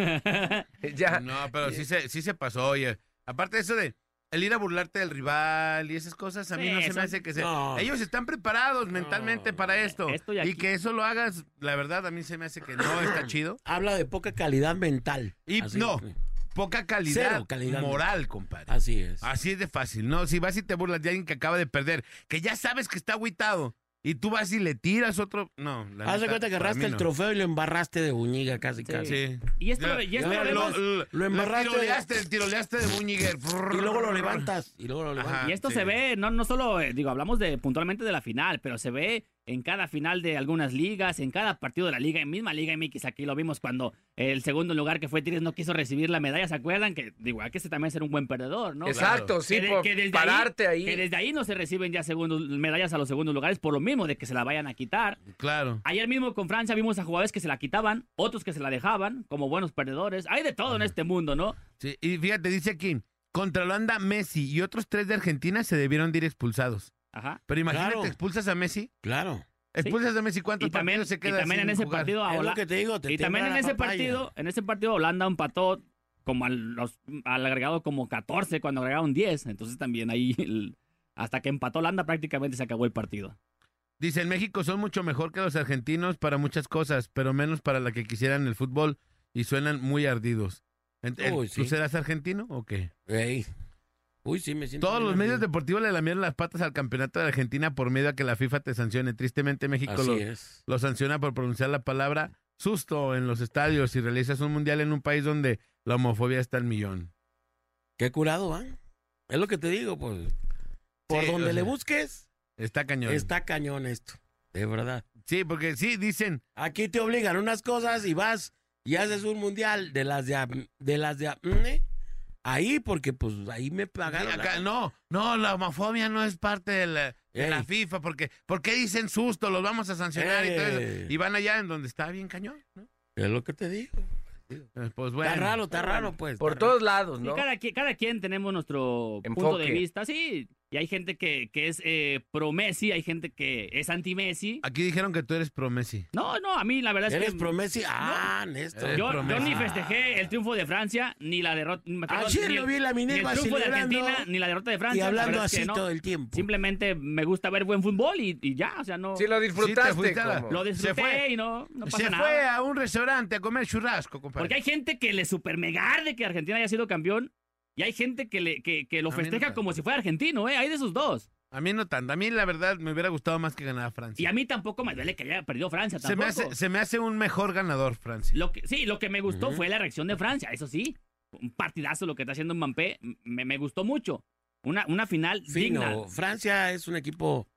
C: ya.
D: No, pero sí se, sí se pasó, oye. Aparte de eso de el ir a burlarte del rival y esas cosas, a mí
E: Sí,
D: no se me
E: son-
D: hace que se...
B: No.
D: Ellos están preparados mentalmente
B: No,
D: para esto.
E: esto y
D: y
E: aquí.
D: que eso lo hagas, la verdad, a mí se me hace que no está chido.
B: Habla de poca calidad mental.
D: Y
B: Así-
D: no. Poca calidad,
B: Cero calidad.
D: moral, compadre.
B: Así es.
D: Así es de fácil, ¿no? Si vas y te burlas de alguien que acaba de perder, que ya sabes que está agüitado, y tú vas y le tiras otro. No, la
B: Haz de cuenta
D: neta,
B: que
D: para
B: agarraste
D: mí
B: el
D: no.
B: trofeo y lo embarraste de buñiga casi, casi.
D: Sí.
E: Y esto lo- y esto
B: lo vemos. Lo
D: lo
B: embarraste.
D: tiroleaste, el tiroleaste de Buñiguer.
B: Y luego lo levantas. Y luego lo levantas.
D: Ajá.
E: Y
C: ah,
E: esto
D: sí.
E: se ve, no, no solo, eh, digo, hablamos de puntualmente de la final, pero se ve en cada final de algunas ligas, en cada partido de la liga, en misma liga MX, aquí lo vimos cuando el segundo lugar que fue Tigres no quiso recibir la medalla, ¿se acuerdan? Que digo, hay que ser- también ser un buen perdedor, ¿no?
C: Exacto, sí,
E: Que de-
C: por
E: que desde
C: pararte ahí.
E: Que desde ahí no se reciben ya segundos, medallas a los segundos lugares por lo mismo de que se la vayan a quitar.
D: Claro.
E: Ayer mismo con Francia vimos a jugadores que se la quitaban, otros que se la dejaban, como buenos perdedores. Hay de todo en este mundo, ¿no?
D: Sí, Y fíjate, dice aquí: contra Holanda, Messi y otros tres de Argentina se debieron de ir expulsados.
E: Ajá.
D: Pero imagínate,
B: Claro.
D: expulsas a Messi.
B: Claro.
D: Expulsas a Messi, ¿cuántos
E: Y también,
D: partidos se
E: y
D: queda
E: también
D: sin
E: en ese
D: jugar?
E: partido
B: Es
E: ahora.
B: lo que te digo. te
E: y también en
B: tiembla la
E: ese
B: papaya.
E: partido, en ese partido Holanda empató como al, los- al agregado como 14 cuando agregaron 10. Entonces también ahí, el- hasta que empató Holanda prácticamente se acabó el partido.
D: Dice, en México son mucho mejor que los argentinos para muchas cosas, pero menos para la que quisieran el fútbol y suenan muy ardidos. Ent- eh,
B: Uy,
D: ¿Tú
B: sí.
D: serás argentino o qué?
B: Ey. Uy, sí, me siento.
D: Todos
B: bien
D: los medios
B: ardido.
D: deportivos le lamieron las patas al campeonato de Argentina por miedo a que la FIFA te sancione. Tristemente México
B: Así
D: lo,
B: es.
D: lo sanciona por pronunciar la palabra susto en los estadios y realizas un mundial en un país donde la homofobia está al millón.
B: Qué curado, ¿va? Es lo que te digo, pues. Por
D: Sí,
B: donde le
D: o sea,
B: busques,
D: Está cañón.
B: está cañón esto. De verdad.
D: Sí, porque sí, dicen,
B: Aquí te obligan unas cosas y vas y haces un mundial de las de. a- De las de. a- ¿eh? Ahí, porque pues ahí me pagaron. ¿ah?
D: Sí,
B: la-
D: acá- no, no, la homofobia no es parte de la, de la
B: Ey.
D: FIFA, porque ¿por qué dicen susto? Los vamos a sancionar y todo eso.
B: Ey.
D: Y van allá en donde está bien cañón, ¿no?
B: Es lo que te digo.
D: Eh, Pues bueno.
B: está raro, está raro, pues.
C: Por
B: está raro.
C: todos lados,
E: Sí,
C: ¿no?
E: cada, qui- cada quien tenemos nuestro punto
C: Enfoque.
E: de vista, sí. Y hay gente que, que es eh, pro Messi, hay gente que es anti Messi.
D: Aquí dijeron que tú eres pro Messi.
E: No, no, a mí la verdad es
B: ¿Eres
E: que
B: pro Messi? Ah, Néstor.
D: Eres
E: yo,
D: pro
E: yo
D: Messi.
E: ni festejé el triunfo de Francia, ni la derrota. me acuerdo,
B: Ayer
E: ni
B: Ah, lo
E: el-
B: vi en la
E: ni el
B: Minerva
E: triunfo de
B: celebrando
E: Argentina, ni la derrota de Francia.
B: y
E: la
B: hablando
E: verdad es que
B: así
E: no.
B: todo el tiempo.
E: Simplemente me gusta ver buen fútbol y, y ya, o sea, no.
C: Si lo
D: Sí, te
C: disfrutaste.
D: fuiste a la-
C: como-
E: lo
D: Se fue.
E: disfruté y no, no pasa
D: Se
E: nada.
D: fue pues. a un restaurante a comer churrasco, compadre.
E: Porque hay gente que le super mega arde que Argentina haya sido campeón y hay gente que, le, que, que lo
D: A mí no
E: festeja
D: tanto.
E: como si fuera argentino, ¿eh? Hay de esos dos.
D: A mí no tanto. A mí, la verdad, me hubiera gustado más que ganara
E: Y
D: Francia.
E: a mí tampoco me duele que haya perdido Francia,
D: se, me
E: tampoco.
D: hace, se me hace un mejor ganador, Francia.
E: Lo que, sí, lo que me gustó
B: Ujú.
E: fue la reacción de Francia, eso sí. Un partidazo lo que está haciendo Mbappé, me, me gustó mucho. Una, una final digna.
B: Fino. Francia es un equipo.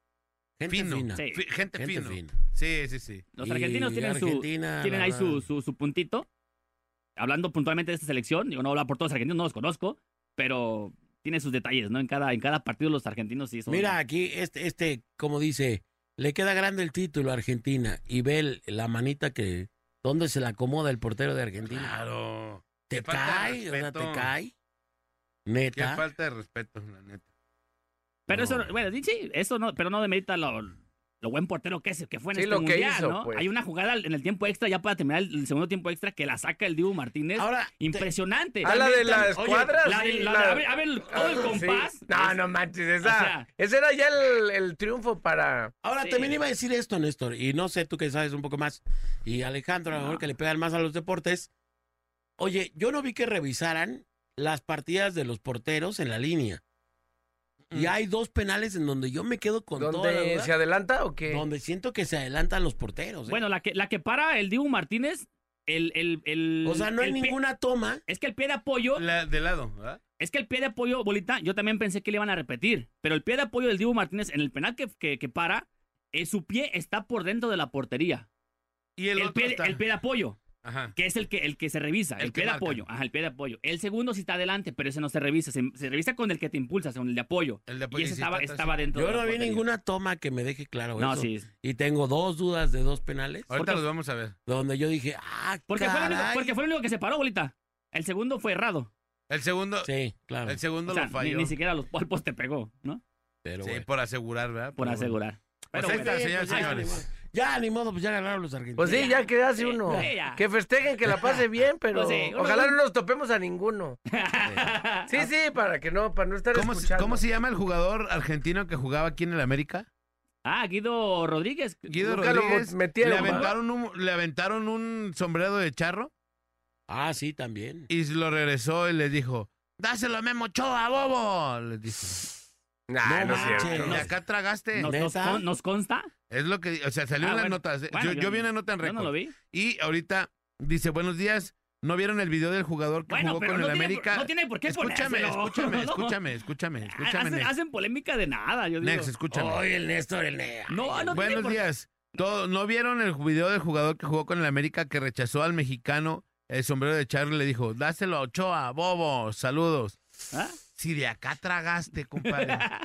B: Gente
D: Fino.
B: fina.
E: Sí.
D: Fi- gente,
B: Gente
D: fino.
B: fina.
D: Sí, sí, sí.
E: Los
B: Y
E: argentinos tienen, su,
B: Argentina,
E: tienen
B: la
E: ahí
B: verdad.
E: su, su, su puntito. Hablando puntualmente de esta selección, yo no hablo por todos los argentinos, no los conozco, pero tiene sus detalles, ¿no? En cada, en cada partido los argentinos sí son...
B: Mira, aquí, este, este, como dice, le queda grande el título a Argentina y ve el- la manita que. ¿Dónde se la acomoda el portero de Argentina?
D: Claro.
B: ¿Te
D: Ah,
B: cae? O
D: qué falta de
B: sea,
D: respeto.
B: ¿te cae?
D: Qué
B: Neta.
D: falta de respeto, la neta.
E: Pero
B: No.
E: eso, no- bueno, sí, sí, eso no, pero no demerita lo, lo buen portero que, es, que fue en
C: Sí,
E: este
C: lo que
E: mundial,
C: hizo,
E: ¿no?
C: pues.
E: Hay una jugada en el tiempo extra, ya para terminar el, el segundo tiempo extra, que la saca el Dibu Martínez.
B: Ahora, te-
E: Impresionante.
C: Ah, la de las
B: oye,
C: cuadras.
E: La de-
C: sí,
E: la de-
C: la-
E: abre- abre el- todo el
C: Ah, sí.
E: compás.
C: No,
E: Es-
C: no manches, esa,
E: o sea-
C: ese era ya el, el triunfo para...
B: ahora
E: sí.
B: también iba a decir esto, Néstor, y no sé tú que sabes un poco más, y Alejandro, a lo mejor que le pegan más a los deportes. Oye, yo no vi que revisaran las partidas de los porteros en la línea.
D: Mm.
B: Y hay dos penales en donde yo me quedo con toda la
C: ¿Dónde
B: duda,
C: se adelanta o qué?
B: donde siento que se adelantan los porteros. ¿eh?
E: Bueno, la que, la que para el Dibu Martínez, el... el, el
B: o sea, no hay
E: el pie-
B: ninguna toma.
E: es que el pie de apoyo,
D: La- de lado, ¿verdad?
E: es que el pie de apoyo, bolita, yo también pensé que le iban a repetir, pero el pie de apoyo del Dibu Martínez en el penal que, que, que para, eh, su pie está por dentro de la portería.
D: Y el,
E: El,
D: otro
E: pie,
D: está-
E: el pie de apoyo,
D: Ajá.
E: que es el que, el que se revisa,
D: El
E: el,
D: que
E: pie de
D: marca.
E: apoyo. Ajá, el pie de apoyo. El segundo sí está adelante, pero ese no se revisa, se, se revisa con el que te impulsas, con el de apoyo.
D: El de apoyo,
E: Y ese
D: sí,
E: estaba,
D: Pues, está-
E: estaba dentro
B: Yo
E: de la
B: no vi
E: portería.
B: ninguna toma que me deje claro
E: No,
B: eso.
E: sí.
B: Y tengo dos dudas de dos penales,
D: Ahorita
E: Porque-
D: los vamos a ver.
B: donde yo dije, ah,
E: Porque fue, el único,
B: caray.
E: porque fue el único que se paró, bolita. El segundo fue errado.
D: El segundo,
B: Sí, claro.
D: el segundo
E: O sea,
D: lo
E: ni,
D: falló. Ah,
E: ni siquiera los polpos te pegó, ¿no?
B: Pero
D: Sí,
B: bueno.
D: por asegurar, ¿verdad?
E: Por
D: Pero
E: asegurar. Pero
D: ahí está,
E: bueno.
D: señoras y
B: Ay,
D: señores.
B: ni modo. Ya, ni modo, pues ya ganaron los argentinos.
C: Pues sí, ya que hace
E: Sí,
C: uno.
E: sí, ya.
C: Que festejen, que la pase bien, pero
E: Pues sí, uno-
C: ojalá no nos topemos a ninguno. Sí, sí, para que no, para no estar
D: ¿Cómo, se-
C: escuchando.
D: cómo se llama el jugador argentino que jugaba aquí en el América?
E: Ah, Guido Rodríguez.
D: Guido
C: Nunca lo
D: Rodríguez.
C: metieron,
D: le,
C: ¿verdad?
D: aventaron un, le aventaron un sombrero de charro
B: Ah, sí, también.
D: y lo regresó y le dijo, dáselo a Memo Choa, bobo. Le dijo,
B: No
C: Nah, no, es
B: manches.
C: cierto.
D: "Y acá tragaste.
E: Nos, nos
B: ¿Neta?
E: con- nos consta.
D: Es lo que, o sea, salió
E: Ah,
D: en las
E: bueno.
D: notas. eh.
E: Bueno,
D: yo,
E: yo-
D: yo vi una nota en
E: Yo
D: récord.
E: no lo vi.
D: Y ahorita dice, buenos días. ¿No vieron el video del jugador que
E: Bueno,
D: jugó
E: pero
D: con
E: no
D: el
E: tiene,
D: América?
E: por, no tiene por qué
D: escúchame,
E: ponérselo.
D: escúchame,
E: No.
D: escúchame, escúchame, escúchame,
E: Hacen,
D: Nex.
E: hacen polémica de nada, yo digo.
D: Nex, escúchame.
B: Hoy el Néstor, el Néstor.
E: No, no tiene
D: Buenos
E: por-
D: días. Todo- ¿No vieron el video del jugador que jugó con el América que rechazó al mexicano el sombrero de Charlie? Le dijo, dáselo a Ochoa, bobo, saludos.
E: ¿Ah?
D: Si de acá tragaste, compadre.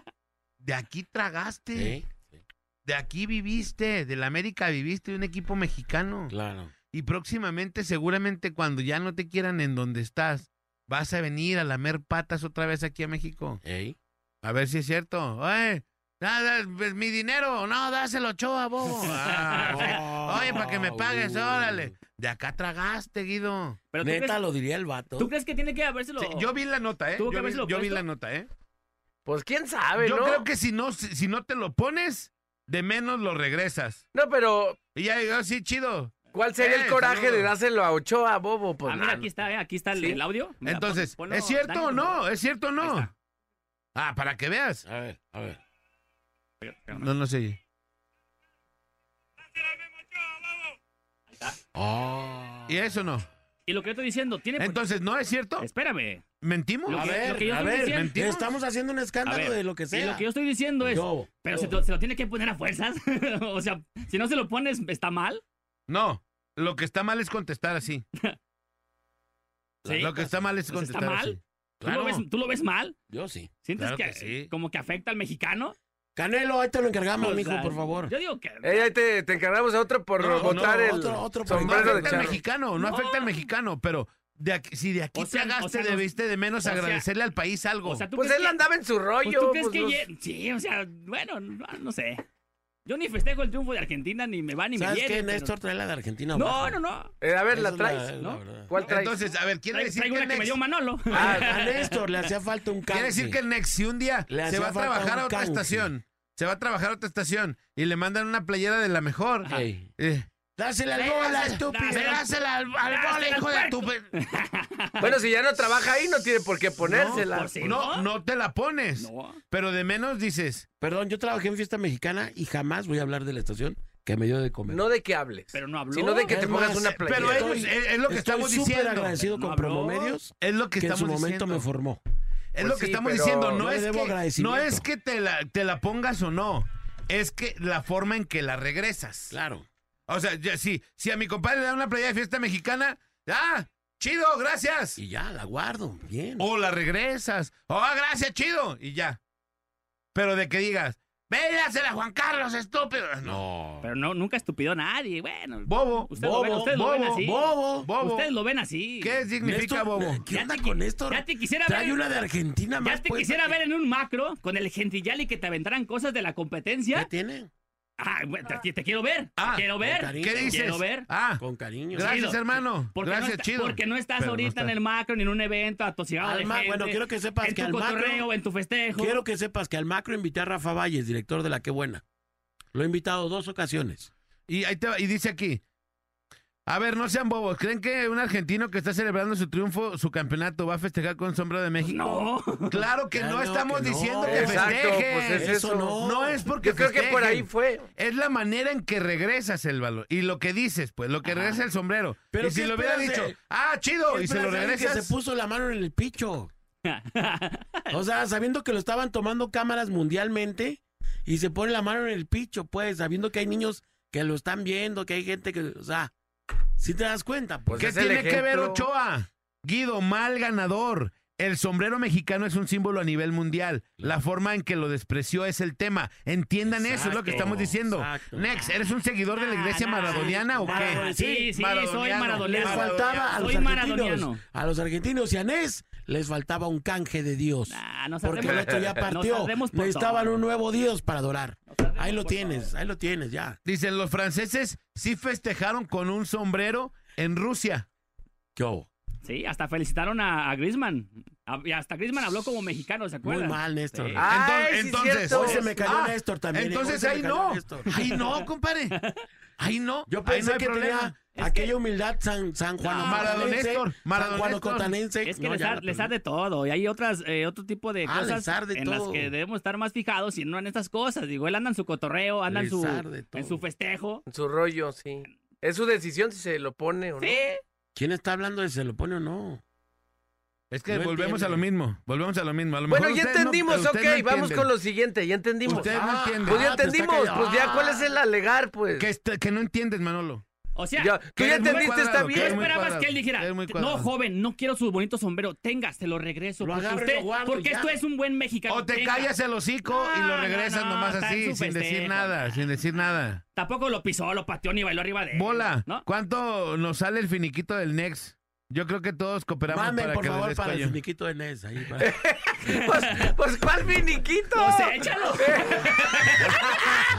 D: De aquí tragaste.
B: Sí,
D: De aquí viviste. Del América viviste un equipo mexicano.
B: claro.
D: Y próximamente, seguramente, cuando ya no te quieran en donde estás, vas a venir a lamer patas otra vez aquí a México.
B: Ey.
D: A ver si es cierto. Oye, Ah, da- pues, mi dinero, no, dáselo a Ochoa, bobo. Ah, Oye, para que
B: Oh,
D: me pagues, órale. De acá tragaste, Guido.
E: Pero tú
B: Neta,
E: crees,
B: lo diría el vato.
E: ¿tú crees que tiene que habérselo?
D: Sí, yo vi la nota, ¿eh?
E: ¿Tuvo que
D: Yo, vi,
E: habérselo
D: yo vi
E: puesto?
D: la nota, ¿eh?
C: Pues quién sabe,
D: Yo
C: ¿no?
D: creo que si no, si, si no te lo pones, de menos lo regresas.
C: No, pero
D: Y ya digo, sí, chido.
C: ¿cuál sería
D: Eh,
C: el coraje
D: saludos.
C: de dárselo a Ochoa, bobo? Pues
E: Ah, mira,
C: nah,
E: aquí está, eh, aquí está el,
C: Sí.
E: el audio. Mira, pues,
D: Entonces,
E: pon- ponlo,
D: ¿es cierto
E: Dani,
D: o
E: por favor.
D: no? ¿Es cierto o
E: Ahí
D: no?
E: está.
D: Ah, para que veas.
B: A ver, a ver.
D: No, no sé. Oh. ¿Y eso no?
E: Y lo que yo estoy diciendo, tiene... por-
D: Entonces, ¿no es cierto?
E: Espérame.
D: ¿Mentimos?
E: Lo
B: A
E: que-
B: ver,
E: lo que yo
B: a
E: estoy
B: ver,
E: diciendo-
B: mentimos. estamos haciendo un
E: A
B: escándalo
E: ver,
B: de lo que sea.
E: Y lo que yo estoy diciendo es...
B: Yo,
E: Pero
B: yo.
E: se, te- se lo tiene que poner a fuerzas. o sea, si no se lo pones, ¿está mal?
D: No, lo que está mal es contestar así.
E: Sí.
D: Lo que está mal es
E: Pues está
D: contestar
E: mal.
D: así.
E: ¿Tú, lo
D: Claro.
E: ves, tú lo ves mal?
B: Yo sí.
E: ¿Sientes
D: Claro
E: que,
D: que sí.
E: como que afecta al mexicano?
B: Canelo, ahí te lo encargamos,
E: O
B: mijo,
E: sea,
B: por favor.
E: Yo digo que...
C: Eh, ahí te, te encargamos de otro por
D: No,
C: botar
D: no,
C: el
B: otro- otro por
D: No
C: sombrero de
D: afecta al
C: charro.
D: mexicano, no
E: No.
D: afecta al mexicano, pero de aquí- si de aquí
E: O sea,
D: te agaste,
E: o sea, no-
D: debiste de menos
E: o sea,
D: agradecerle al país algo.
E: O sea, ¿tú
C: Pues
E: crees
C: él
E: que-
C: andaba en su
E: pues,
C: rollo.
E: ¿tú crees
C: pues,
E: que
C: los-
E: ye- Sí, o sea, bueno, no, no sé. Yo ni festejo el triunfo de Argentina, ni me va ni me
B: ¿Sabes
E: viene.
B: qué,
E: pero-
B: Néstor? Trae la de Argentina.
E: No,
B: abajo.
E: no, no.
C: Eh, a ver,
B: Esa
C: ¿la
B: es
C: traes?
B: la verdad.
C: ¿Cuál traes?
D: Entonces, a ver, quiere
E: Traigo,
D: decir
E: traigo
D: que
E: una
D: el
E: que me dio
D: Nex,
E: Manolo.
B: Ah, A Néstor le hacía falta un cambio.
D: quiere decir que el Nex, si un día
B: Le
D: se
B: hacía
D: va a
B: falta
D: trabajar
B: un
D: a otra
B: cauce.
D: estación, se va a trabajar a otra estación y le mandan una playera de la mejor.
B: Ey.
D: eh,
B: Dásela al
D: Ey,
B: gol,
D: dásela-
B: estúpido.
E: dásela-
D: Pégásela al, al
E: Dásela
D: gol,
E: al
D: hijo de tu... pe-
C: Bueno, si ya no trabaja ahí, no tiene por qué ponérsela.
E: por si-
D: No, no te la pones.
E: No.
D: Pero de menos dices,
B: Perdón, yo trabajé en fiesta mexicana y jamás voy a hablar de la estación que me dio de comer.
C: No de que hables.
E: Pero no habló.
C: Sino de que
B: Es
C: te pongas
B: más,
C: una
B: pero
C: playera.
D: Pero ellos,
B: Estoy-
D: es, es lo que
B: Estoy
D: estamos
B: súper
D: diciendo.
B: agradecido con
E: No habló.
B: Promomedios,
D: Es lo que,
B: que en su
D: estamos
B: momento
D: diciendo.
B: me formó.
D: es
C: Pues
D: lo que
C: sí,
D: estamos
C: pero
D: diciendo. No
B: yo le
D: es,
B: debo
D: que, no
B: agradecimiento.
D: es que te la, te la pongas o no. Es que la forma en que la regresas.
B: Claro.
D: O sea, ya, si, si a mi compadre le da una playa de fiesta mexicana, ¡ah! ¡Chido! ¡Gracias!
B: Y ya, la guardo. Bien.
D: O la regresas. ¡Oh, gracias! ¡Chido! Y ya. Pero de que digas, ¡Vélasela a Juan Carlos, estúpido! Ah, No.
B: No.
E: Pero no, nunca estupido nadie, bueno.
D: Bobo.
E: Usted lo
D: bobo.
E: ven- ustedes lo
D: bobo.
E: ven así.
D: Bobo. Bobo.
E: Ustedes lo ven así.
D: ¿Qué significa
B: Néstor,
D: bobo?
B: ¿Qué
E: Ya
B: onda
E: te qui-
B: con Néstor?
E: ya te quisiera
B: Trae
E: ver-
B: una de Argentina más. pues,
E: Ya te
B: puesta
E: quisiera
B: que-
E: ver en un macro con el gentillali que te aventaran cosas de la
B: ¿Qué
E: competencia.
B: tiene?
E: Ah, bueno, te, te quiero ver.
D: Ah,
E: te quiero ver.
B: cariño.
D: ¿Qué dices?
E: Quiero ver.
D: Ah,
B: Con cariño.
D: gracias,
E: Chido.
D: hermano.
E: Porque
D: gracias,
E: no está-
D: chido.
E: Porque no estás
D: Pero no
E: ahorita
D: está.
E: en el macro ni en un evento atosigado de
B: Al ma-
E: gente.
B: bueno, quiero que sepas
E: en
B: que
E: tu
B: al macro-
E: cotorreo, en tu festejo.
B: Quiero que sepas que al macro invité a Rafa Valles, director de La Qué Buena. Lo he invitado dos ocasiones.
D: Y, ahí te va, y dice aquí. A ver, no sean bobos. ¿Creen que un argentino que está celebrando su triunfo, su campeonato, va a festejar con sombrero de México?
E: Pues No.
D: Claro que
B: Claro
D: no estamos
B: que no.
D: diciendo que
C: Exacto,
D: festejen.
C: pues es
B: Eso
C: eso.
B: no.
D: No es porque
C: Yo creo que por ahí
D: festejen.
C: fue.
D: Es la manera en que regresas el valor. Y lo que dices, pues, lo que regresa el sombrero.
B: Pero
D: y si
B: ¿qué
D: lo hubiera
B: esperas
D: dicho,
B: de-
D: ah, chido, y se lo
B: Espera, alguien
D: regresas.
B: Que se puso la mano en el picho. O sea, sabiendo que lo estaban tomando cámaras mundialmente y se pone la mano en el picho, pues, sabiendo que hay niños que lo están viendo, que hay gente que, o sea, si te das cuenta, pues.
C: Pues
D: ¿Qué
C: es el
D: tiene que ver
C: ejemplo.
D: Ochoa? Guido, mal ganador. El sombrero mexicano es un símbolo a nivel mundial. La forma en que lo despreció es el tema. Entiendan eso, es lo
B: Exacto,
D: que estamos diciendo.
B: exacto.
D: Next, ¿eres un seguidor de la iglesia
E: Nah, nah.
D: maradoniana o qué?
B: Maradoniana.
E: Sí, sí, soy
D: Maradoniano.
B: Les
E: maradoniano.
B: faltaba a los
E: Soy maradoniano.
B: argentinos, a los argentinos y a Nes les faltaba un canje de Dios.
E: Nah, nos
B: porque el
E: saldremos-
B: otro ya
E: nos
B: partió.
E: saldremos por
B: Necesitaban
E: todo.
B: un nuevo Dios para adorar.
E: saldremos
B: Ahí lo
E: por
B: tienes, ahí lo tienes ya.
D: Dicen, los franceses sí festejaron con un sombrero en Rusia.
B: ¿Qué hubo?
E: Sí, hasta felicitaron a, a Griezmann. A- y hasta Griezmann habló como mexicano, ¿se
B: Muy
E: acuerdan?
B: mal, Néstor.
E: Sí.
C: Ah,
D: Enton-
C: sí,
D: entonces,
C: cierto.
B: Hoy se me cayó
D: Ah,
B: Néstor también. ¿eh? Hoy
D: Entonces
B: se me
D: ahí
B: cayó
D: no.
B: Néstor.
D: Ahí no, compadre. Ahí no.
B: Yo
D: ahí
B: pensé
D: no hay
B: que
D: problema.
B: tenía
E: Es
B: aquella humildad san, san Juan
E: No,
D: Maradón Néstor, Maradón
B: San Juan
D: Néstor.
B: Cotanense.
E: Es que les, ha, les ha de todo. Y hay otras, eh, otro tipo de
B: Ah,
E: cosas
B: les ha de
E: en las
B: todo.
E: que debemos estar más fijados y no en estas cosas. Digo, él anda en su cotorreo, anda en
B: Les
E: su,
B: ha de todo.
E: en su festejo.
C: En su rollo, sí. Es su decisión si se lo pone o no.
E: Sí.
B: ¿Quién está hablando de se lo pone o no?
D: Es que
B: No
D: volvemos a lo
B: entienden.
D: mismo. Volvemos a lo mismo. A lo
C: Bueno,
D: mejor
C: ya
D: usted no-
C: entendimos,
D: usted
C: ok,
D: no
C: vamos
D: entiende.
C: con lo siguiente, ya entendimos.
D: Usted no entiende.
C: Pues ya
B: Ah, te está Ah,
C: entendimos,
B: cayendo.
C: pues ya, ¿cuál es el alegar, pues?
D: Que, est- que no entiendes, Manolo.
E: O sea,
C: Ya,
D: que
C: Tú ya
D: eres muy
C: entendiste, está
D: cuadrado, que
E: ¿qué
D: eres
C: bien.
D: muy
E: esperabas
D: cuadrado,
E: que él dijera?
D: eres muy
E: No,
D: cuadrado".
E: joven, no quiero su bonito sombrero. Tengas, te lo regreso.
B: Lo
E: porque
B: agarro y
E: usted-
B: lo guardo
E: porque
B: y ya.
E: esto es un buen mexicano.
D: O te
E: Tenga.
D: callas el hocico y
E: No,
D: lo regresas
E: no, no,
D: nomás
E: está en
D: así,
E: su
D: sin decir
E: festejo.
D: nada, sin decir nada.
E: Tampoco lo pisó, lo pateó ni bailó arriba de él.
D: Bola,
E: ¿no?
D: ¿cuánto nos sale el finiquito del Nex? Yo creo que todos cooperamos
B: Manden,
D: para
B: por
D: que les
B: favor,
D: des
B: para
D: cuello.
B: el niquito de Nes. Ahí, para-
C: Pues, pues ¿cuál finiquito?
E: Pues échalo.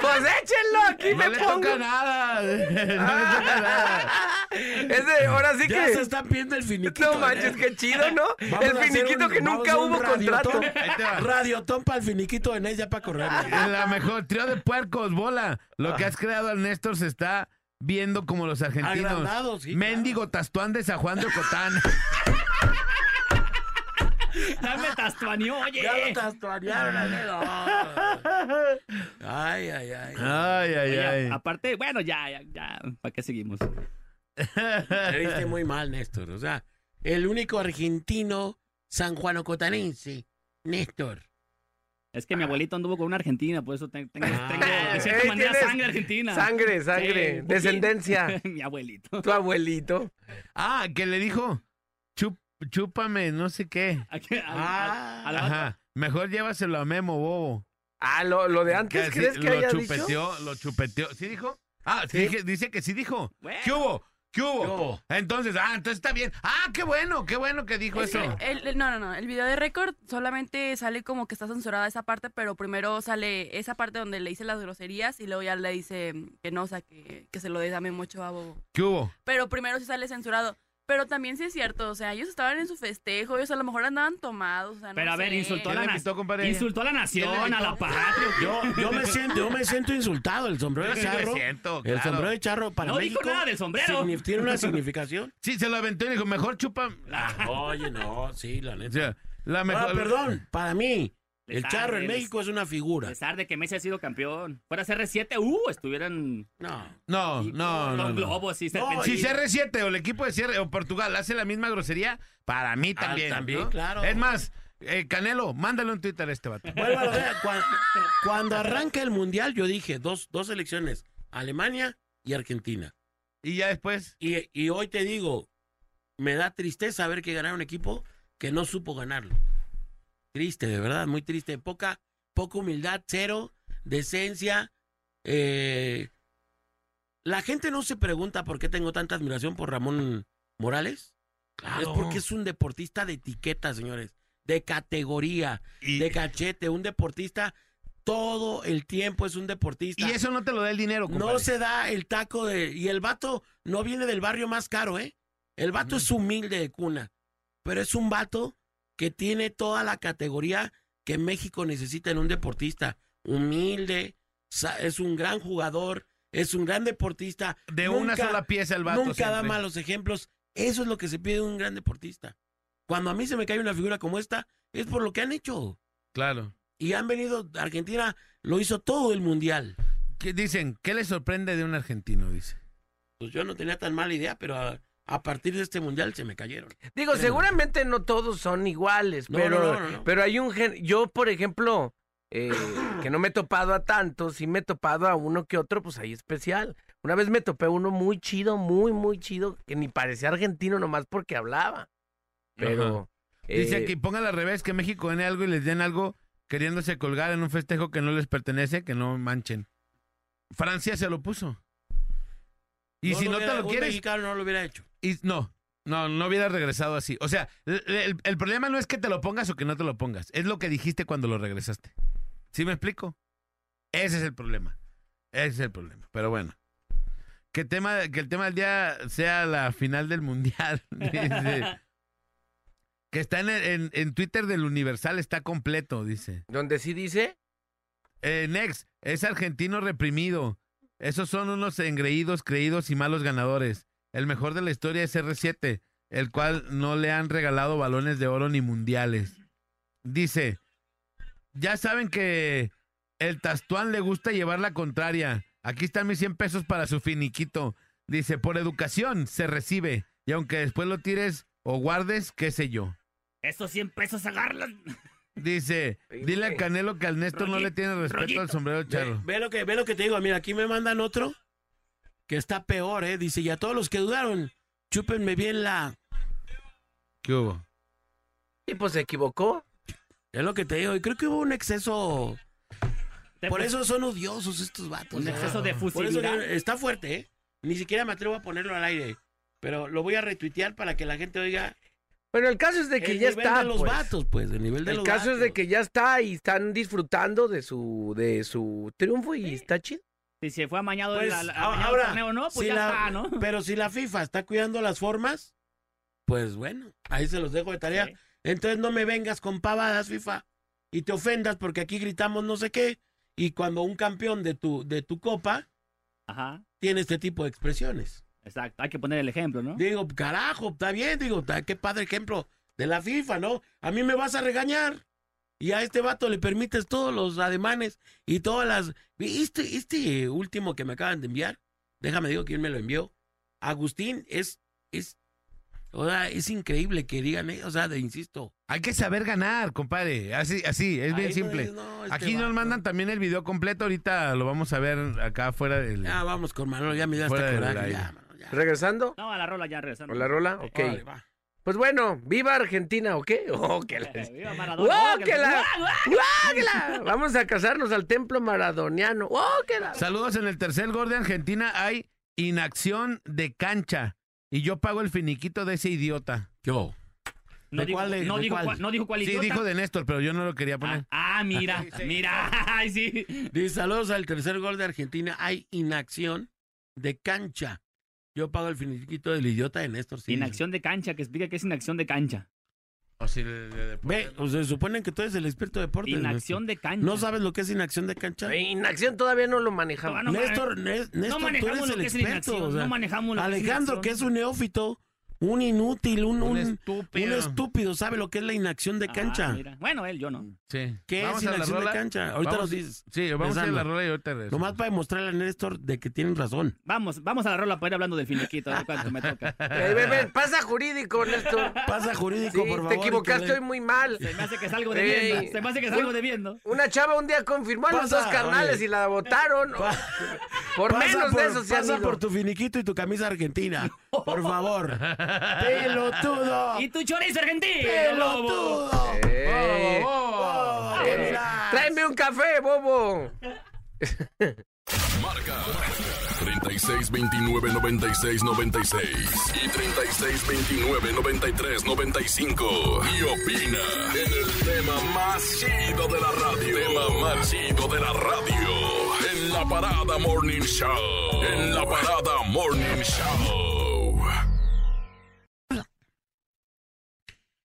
C: Pues échenlo, aquí
D: No
C: me
D: le
C: pongo. Ah.
D: toca nada. No le toca nada.
C: Ese, ahora sí
B: Ya se
C: que.
B: está pidiendo el finiquito.
C: No manches, qué chido, ¿no?
B: Vamos
C: el
B: a hacer
C: finiquito
B: un-
C: que
B: vamos a
C: nunca
B: hacer un
C: hubo contrato.
B: radiotón.
D: Ahí te va.
B: Radiotón para el finiquito de Nes, ya para correr.
D: La mejor trío de puercos, bola. Lo que has creado al Néstor se está viendo como los argentinos.
B: Agrandado, sí,
D: Mendigo Tastuán de San Juan de Cotán.
E: Dame tastuaneó, oye.
B: Ya lo tastuanearon, al dedo. Ah. Ay, ay, ay.
D: Ay, ay,
E: Oye,
D: ay.
E: aparte, bueno, ya, ya, ya. ¿Para qué seguimos?
B: Te viste muy mal, Néstor. O sea, el único argentino sanjuanocotanense, Néstor.
E: Es que mi abuelito anduvo con una argentina, por eso ten- tengo,
B: Ah.
E: tengo de cierta
C: Ey,
E: manera
C: tienes
E: sangre argentina.
C: Sangre,
E: Sí,
C: sangre.
E: un poquito.
C: Descendencia.
E: mi abuelito.
C: Tu abuelito.
D: Ah, que le dijo, "Chup- chúpame, no sé qué.
E: ¿A qué- a- a- a la-
D: Ajá. Mejor llévaselo a Memo, bobo.
C: Ah, lo, lo de
D: Que
C: antes, ¿crees
D: sí,
C: que
D: lo
C: haya
D: chupeteó,
C: dicho?
D: Lo chupeteó, ¿Sí dijo? Ah, sí. dije- dice que sí dijo.
E: Bueno.
D: ¿Qué hubo? ¿Qué hubo?
B: ¿Qué hubo?
D: Entonces, ah, entonces está bien. Ah, qué bueno, qué bueno que dijo
H: Es que
D: eso.
H: el- el- no, no, no. El video de récord solamente sale como que está censurada esa parte, pero primero sale esa parte donde le dice las groserías y luego ya le dice mm, que no, o sea, que, que se lo dé dame mucho a Bobo.
D: ¿Qué hubo?
H: Pero primero sí sale censurado. Pero también sí es cierto, o sea, ellos estaban en su festejo, ellos a lo mejor andaban tomados, o sea, no
E: Pero a ver,
H: sé.
E: insultó a
D: ¿Quién
E: la
D: le
E: nación.
D: invitó, compadre?
E: Insultó a la
D: ¿Quién
E: nación,
D: le
E: a la
D: invitó?
E: patria.
B: Yo, yo, me siento, yo me siento insultado. El sombrero
D: Yo
B: de
D: sí me
B: charro.
D: siento,
B: El
D: claro.
B: sombrero de charro para
E: No dijo
B: México.
E: nada del sombrero.
B: signi- Tiene una significación.
D: Sí, se lo aventó y dijo, mejor chupa.
B: Ah, Oye, no, sí, la
D: O
B: neta.
D: sea, la mejor.
B: Ah, perdón, para mí, el
E: Les
B: charro en
E: arde, les-
B: México es una
E: A
B: figura.
E: pesar de que Messi ha sido campeón. Fuera CR7, uh, estuvieran
B: No.
D: No,
E: y-
D: no,
E: los
D: no. no.
E: globos y
B: No,
D: Si
E: serpentinas.
D: CR7 o el equipo de CR o Portugal hace la misma grosería, para mí
B: Ah,
D: también.
B: también,
D: ¿no?
B: claro.
D: Es más, eh, Canelo, mándale un Twitter a este vato.
B: Vuelvo a lo de- cuan- cuando, arranca el mundial, yo dije dos, dos elecciones: Alemania y Argentina.
D: Y ya después.
B: Y, y hoy te digo, me da tristeza ver que ganaron un equipo que no supo ganarlo. Triste, de verdad, muy triste. Poca, poca humildad, cero, decencia. eh, la gente no se pregunta por qué tengo tanta admiración por Ramón Morales. Es porque es un deportista de etiqueta, señores. De categoría,
D: Y,
B: de cachete. Un deportista todo el tiempo es un deportista.
D: y eso no te lo da el dinero, compadre.
B: No se da el taco de. Y el vato no viene del barrio más caro, ¿eh? El vato es humilde de cuna. Pero es un vato que tiene toda la categoría que México necesita en un deportista. Humilde, sa- es un gran jugador, es un gran deportista.
D: De una
B: Nunca-
D: sola pieza el vato.
B: Nunca da
D: siempre.
B: malos ejemplos. Eso es lo que se pide de un gran deportista. Cuando a mí se me cae una figura como esta, es por lo que han hecho.
D: Claro.
B: Y han venido, Argentina lo hizo todo el mundial.
D: ¿Qué dicen? ¿Qué le sorprende de un argentino? Dice.
B: pues yo no tenía tan mala idea, pero a, a partir de este mundial se me cayeron.
C: Digo, seguramente no todos son iguales,
B: No,
C: pero,
B: no, no, no, no.
C: pero hay un gen. Yo, por ejemplo, eh, que no me he topado a tantos, sí me he topado a uno que otro, pues ahí especial. Una vez me topé a uno muy chido, muy, muy chido, que ni parecía argentino nomás porque hablaba. Pero.
D: Dice
C: eh,
D: que pongan al revés, que México den algo y les den algo queriéndose colgar en un festejo que no les pertenece, que no manchen. Francia se lo puso. Y
B: No
D: si
B: lo
D: no
B: hubiera-
D: te lo
B: un
D: quieres,
B: mexicano no lo hubiera hecho.
D: y- no, no, no hubiera regresado así. O sea, el, el- el problema no es que te lo pongas o que no te lo pongas, es lo que dijiste cuando lo regresaste. ¿Sí me explico? Ese es el problema. Ese es el problema. Pero bueno. Que, tema, que el tema del día sea la final del mundial. dice. Que está en, el- en- en Twitter del Universal, está completo, dice.
C: Donde sí dice.
D: Eh, next, es argentino reprimido. Esos son unos engreídos, creídos y malos ganadores. El mejor de la historia es R7, el cual no le han regalado balones de oro ni mundiales. Dice, ya saben que el Tastuán le gusta llevar la contraria. Aquí están mis 100 pesos para su finiquito. Dice, por educación se recibe. Y aunque después lo tires o guardes, qué sé yo.
E: Esos 100 pesos agarran.
D: Dice,
C: Ay,
D: dile a
C: güey.
D: Canelo que al Néstor no le
E: Rollito,
D: tiene respeto al
E: rollito.
D: sombrero de
B: Ve,
D: charro.
B: ve lo que, ve lo que te digo. Mira, aquí me mandan otro que está peor, ¿eh? Dice, y a todos los que dudaron, chúpenme bien la...
D: ¿Qué hubo?
C: Y pues se equivocó.
B: Es lo que te digo. Y creo que hubo un exceso...
E: Te-
B: Por eso son odiosos estos vatos.
E: Un
B: ¿eh?
E: exceso de
B: Por eso
E: fusilidad.
B: que- está fuerte, ¿eh? Ni siquiera me atrevo a ponerlo al aire. Pero lo voy a retuitear para que la gente oiga
C: Bueno, el caso es de que
B: el
C: ya
B: nivel
C: está.
B: de los
C: pues.
B: vatos, pues, el nivel de
C: El
B: los
C: caso es de
B: vatos.
C: que ya está y están disfrutando de su, de su triunfo y está chido.
E: Si se fue amañado
B: Pues,
E: la, la-
B: a-
E: amañado el
B: ahora,
E: torneo, ¿no? Pues
B: si
E: ya
B: la-
E: está, ¿no?
B: Pero si la FIFA está cuidando las formas, pues bueno, ahí se los dejo de tarea.
E: Sí.
B: Entonces no me vengas con pavadas, FIFA, y te ofendas porque aquí gritamos no sé qué, y cuando un campeón de tu, de tu copa
E: Ajá,
B: tiene este tipo de expresiones.
E: exacto. Hay que poner el ejemplo, ¿no?
B: Digo, carajo, está bien, digo, ta- qué padre ejemplo de la FIFA, ¿no? A mí me vas a regañar. Y a este vato le permites todos los ademanes y todas las... Este, este último que me acaban de enviar, déjame digo quién me lo envió. Agustín, es... es o sea, es increíble que digan, eh, o sea, de, insisto.
D: Hay que saber ganar, compadre. Así, así, es bien
B: Ahí no
D: simple.
B: dices, no, este
D: Aquí nos
B: vato.
D: mandan también el video completo. Ahorita lo vamos a ver acá afuera del.
B: Ya, vamos con Manolo, ya me da hasta
D: Fuera del
B: coraje,
D: aire.
B: ya, Manolo, ya.
C: ¿Regresando?
E: No, a la rola ya regresando.
C: ¿Con la rola? Ok.
B: Órale, va.
C: Pues bueno, viva Argentina, ¿o qué? ¡Oh, que la...
E: Viva Maradona.
C: ¡Oh,
E: ¡Oh,
C: que la...
E: ¡Guau, guau!
C: ¡Oh, que la! Vamos a casarnos al templo maradoniano. ¡Oh, que la...
D: Saludos en el tercer gol de Argentina. Hay inacción de cancha. Y yo pago el finiquito de ese idiota.
B: Yo.
E: No
B: ¿De
E: dijo,
B: cuál, de-
E: no,
B: de
E: dijo
B: cuál?
E: cuál- no dijo cuál
D: Sí,
E: idiota.
D: dijo de Néstor, pero yo no lo quería
E: ah,
D: poner.
E: ah, mira, mira. Ay, sí.
B: Ah. Dice, saludos al tercer gol de Argentina. Hay inacción de cancha. Yo pago el finiquito del idiota de Néstor. Silva.
E: Inacción de cancha, que explica que es inacción de cancha.
D: O si le- le- le-
B: Ve, o sea, se suponen que tú eres el experto de deportes.
E: Inacción de
B: Néstor.
E: cancha.
B: ¿No sabes lo que es inacción de cancha?
C: Inacción todavía no lo manejaba.
E: Todavía no
B: Néstor, Né-
E: No
B: Néstor, tú
E: manejamos
B: eres
E: lo
B: el
E: que es la
B: experto.
E: inacción.
B: o sea,
E: no manejamos lo
B: Alejandro, que
E: que es
B: es un neófito, un inútil, un,
D: Un
B: un- un
D: estúpido.
B: estúpido. sabe lo que es la inacción de
E: inacción. Ah,
B: cancha. Mm.
E: mira. bueno, él, yo no.
D: Sí.
B: ¿Qué
D: Vamos
B: es
D: a la
B: inacción de
D: rola.
B: cancha? Ahorita
D: Vamos-
B: nos dices.
D: Sí, vamos a ir a la
B: Besando.
D: rola y ahorita regresamos.
B: Nomás para demostrarle a Néstor de que tienen razón.
E: Vamos, vamos a la rola para ir hablando del finiquito, a ver cuánto me toca.
C: Eh, ve, ve, pasa jurídico, Néstor.
B: Pasa
C: Sí,
B: jurídico, por favor.
C: te
B: y
C: equivocaste
B: le-
C: hoy muy mal.
E: Se me hace que salgo
C: Ey.
E: debiendo. Se me hace que salgo debiendo.
C: Una chava un día confirmó a los
B: Pasa,
C: dos carnales
B: oye.
C: y la votaron. por
B: Pasa
C: menos
B: por-
C: de eso se han
B: Pasa
C: ido.
B: por tu finiquito y tu camisa argentina. Por favor. Pelotudo.
E: Y tu chorizo argentino.
B: Pelotudo.
C: Eh,
B: Oh,
C: eh,
B: mira.
C: tráeme un café, bobo.
I: Marca 36 29 96 96 y 36 29 93 95. Y opina en el tema más chido de la radio. Tema más chido de la radio. En la parada Morning Show. En la parada Morning Show.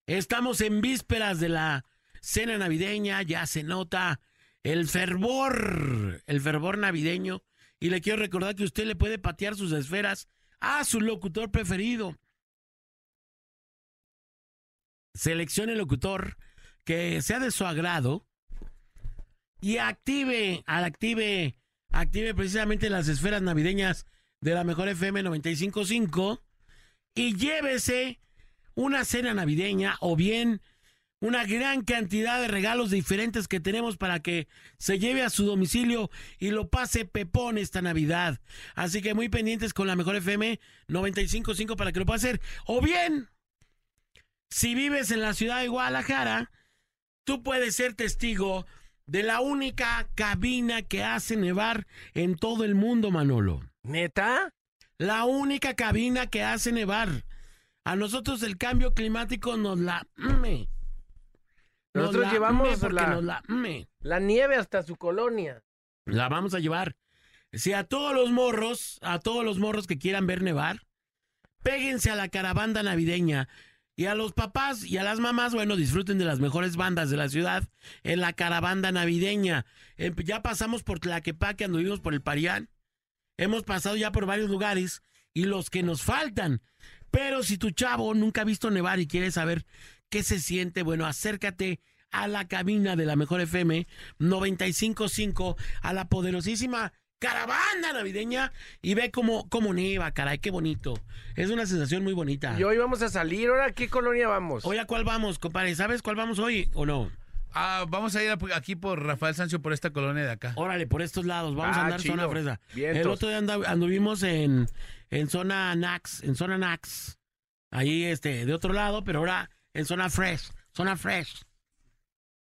B: Estamos en vísperas de la cena navideña, ya se nota el fervor, el fervor navideño. Y le quiero recordar que usted le puede patear sus esferas a su locutor preferido. Seleccione el locutor que sea de su agrado y active, al active, active precisamente las esferas navideñas de la mejor FM 955 y llévese una cena navideña o bien una gran cantidad de regalos diferentes que tenemos para que se lleve a su domicilio y lo pase pepón esta Navidad. Así que muy pendientes con la mejor FM 955 para que lo pueda hacer. O bien, si vives en la ciudad de Guadalajara, tú puedes ser testigo de la única cabina que hace nevar en todo el mundo, Manolo.
C: ¿Neta?
B: La única cabina que hace nevar. A nosotros el cambio climático nos la me. Nos
C: Nosotros
B: la
C: llevamos
B: me porque
C: la-
B: nos la me.
C: La nieve hasta su colonia.
B: La vamos a llevar. Si a todos los morros, a todos los morros que quieran ver nevar, péguense a la caravana navideña. Y a los papás y a las mamás, bueno, disfruten de las mejores bandas de la ciudad en la caravana navideña. Em, Ya pasamos por Tlaquepaque, anduvimos por el Parián. Hemos pasado ya por varios lugares y los que nos faltan. Pero si tu chavo nunca ha visto nevar y quiere saber qué se siente, bueno, acércate a la cabina de la Mejor FM 955, a la poderosísima caravana navideña y ve cómo, cómo neva, caray, qué bonito. Es una sensación muy bonita.
C: Y hoy vamos a salir. ¿Ahora a qué colonia vamos?
B: Ah. Hoy Pues, a cuál vamos, compadre, ¿sabes cuál vamos hoy o no?
D: Ah, vamos a ir a- aquí por Rafael Sancho, por esta colonia de acá.
B: Órale, por estos lados, vamos a
C: Ah,
B: andar
C: chido.
B: zona fresa.
C: Vientos.
B: El otro día anda- anduvimos en, en zona Nax, en zona Nax. Ahí este, de otro lado, pero ahora en zona fresh, zona fresh.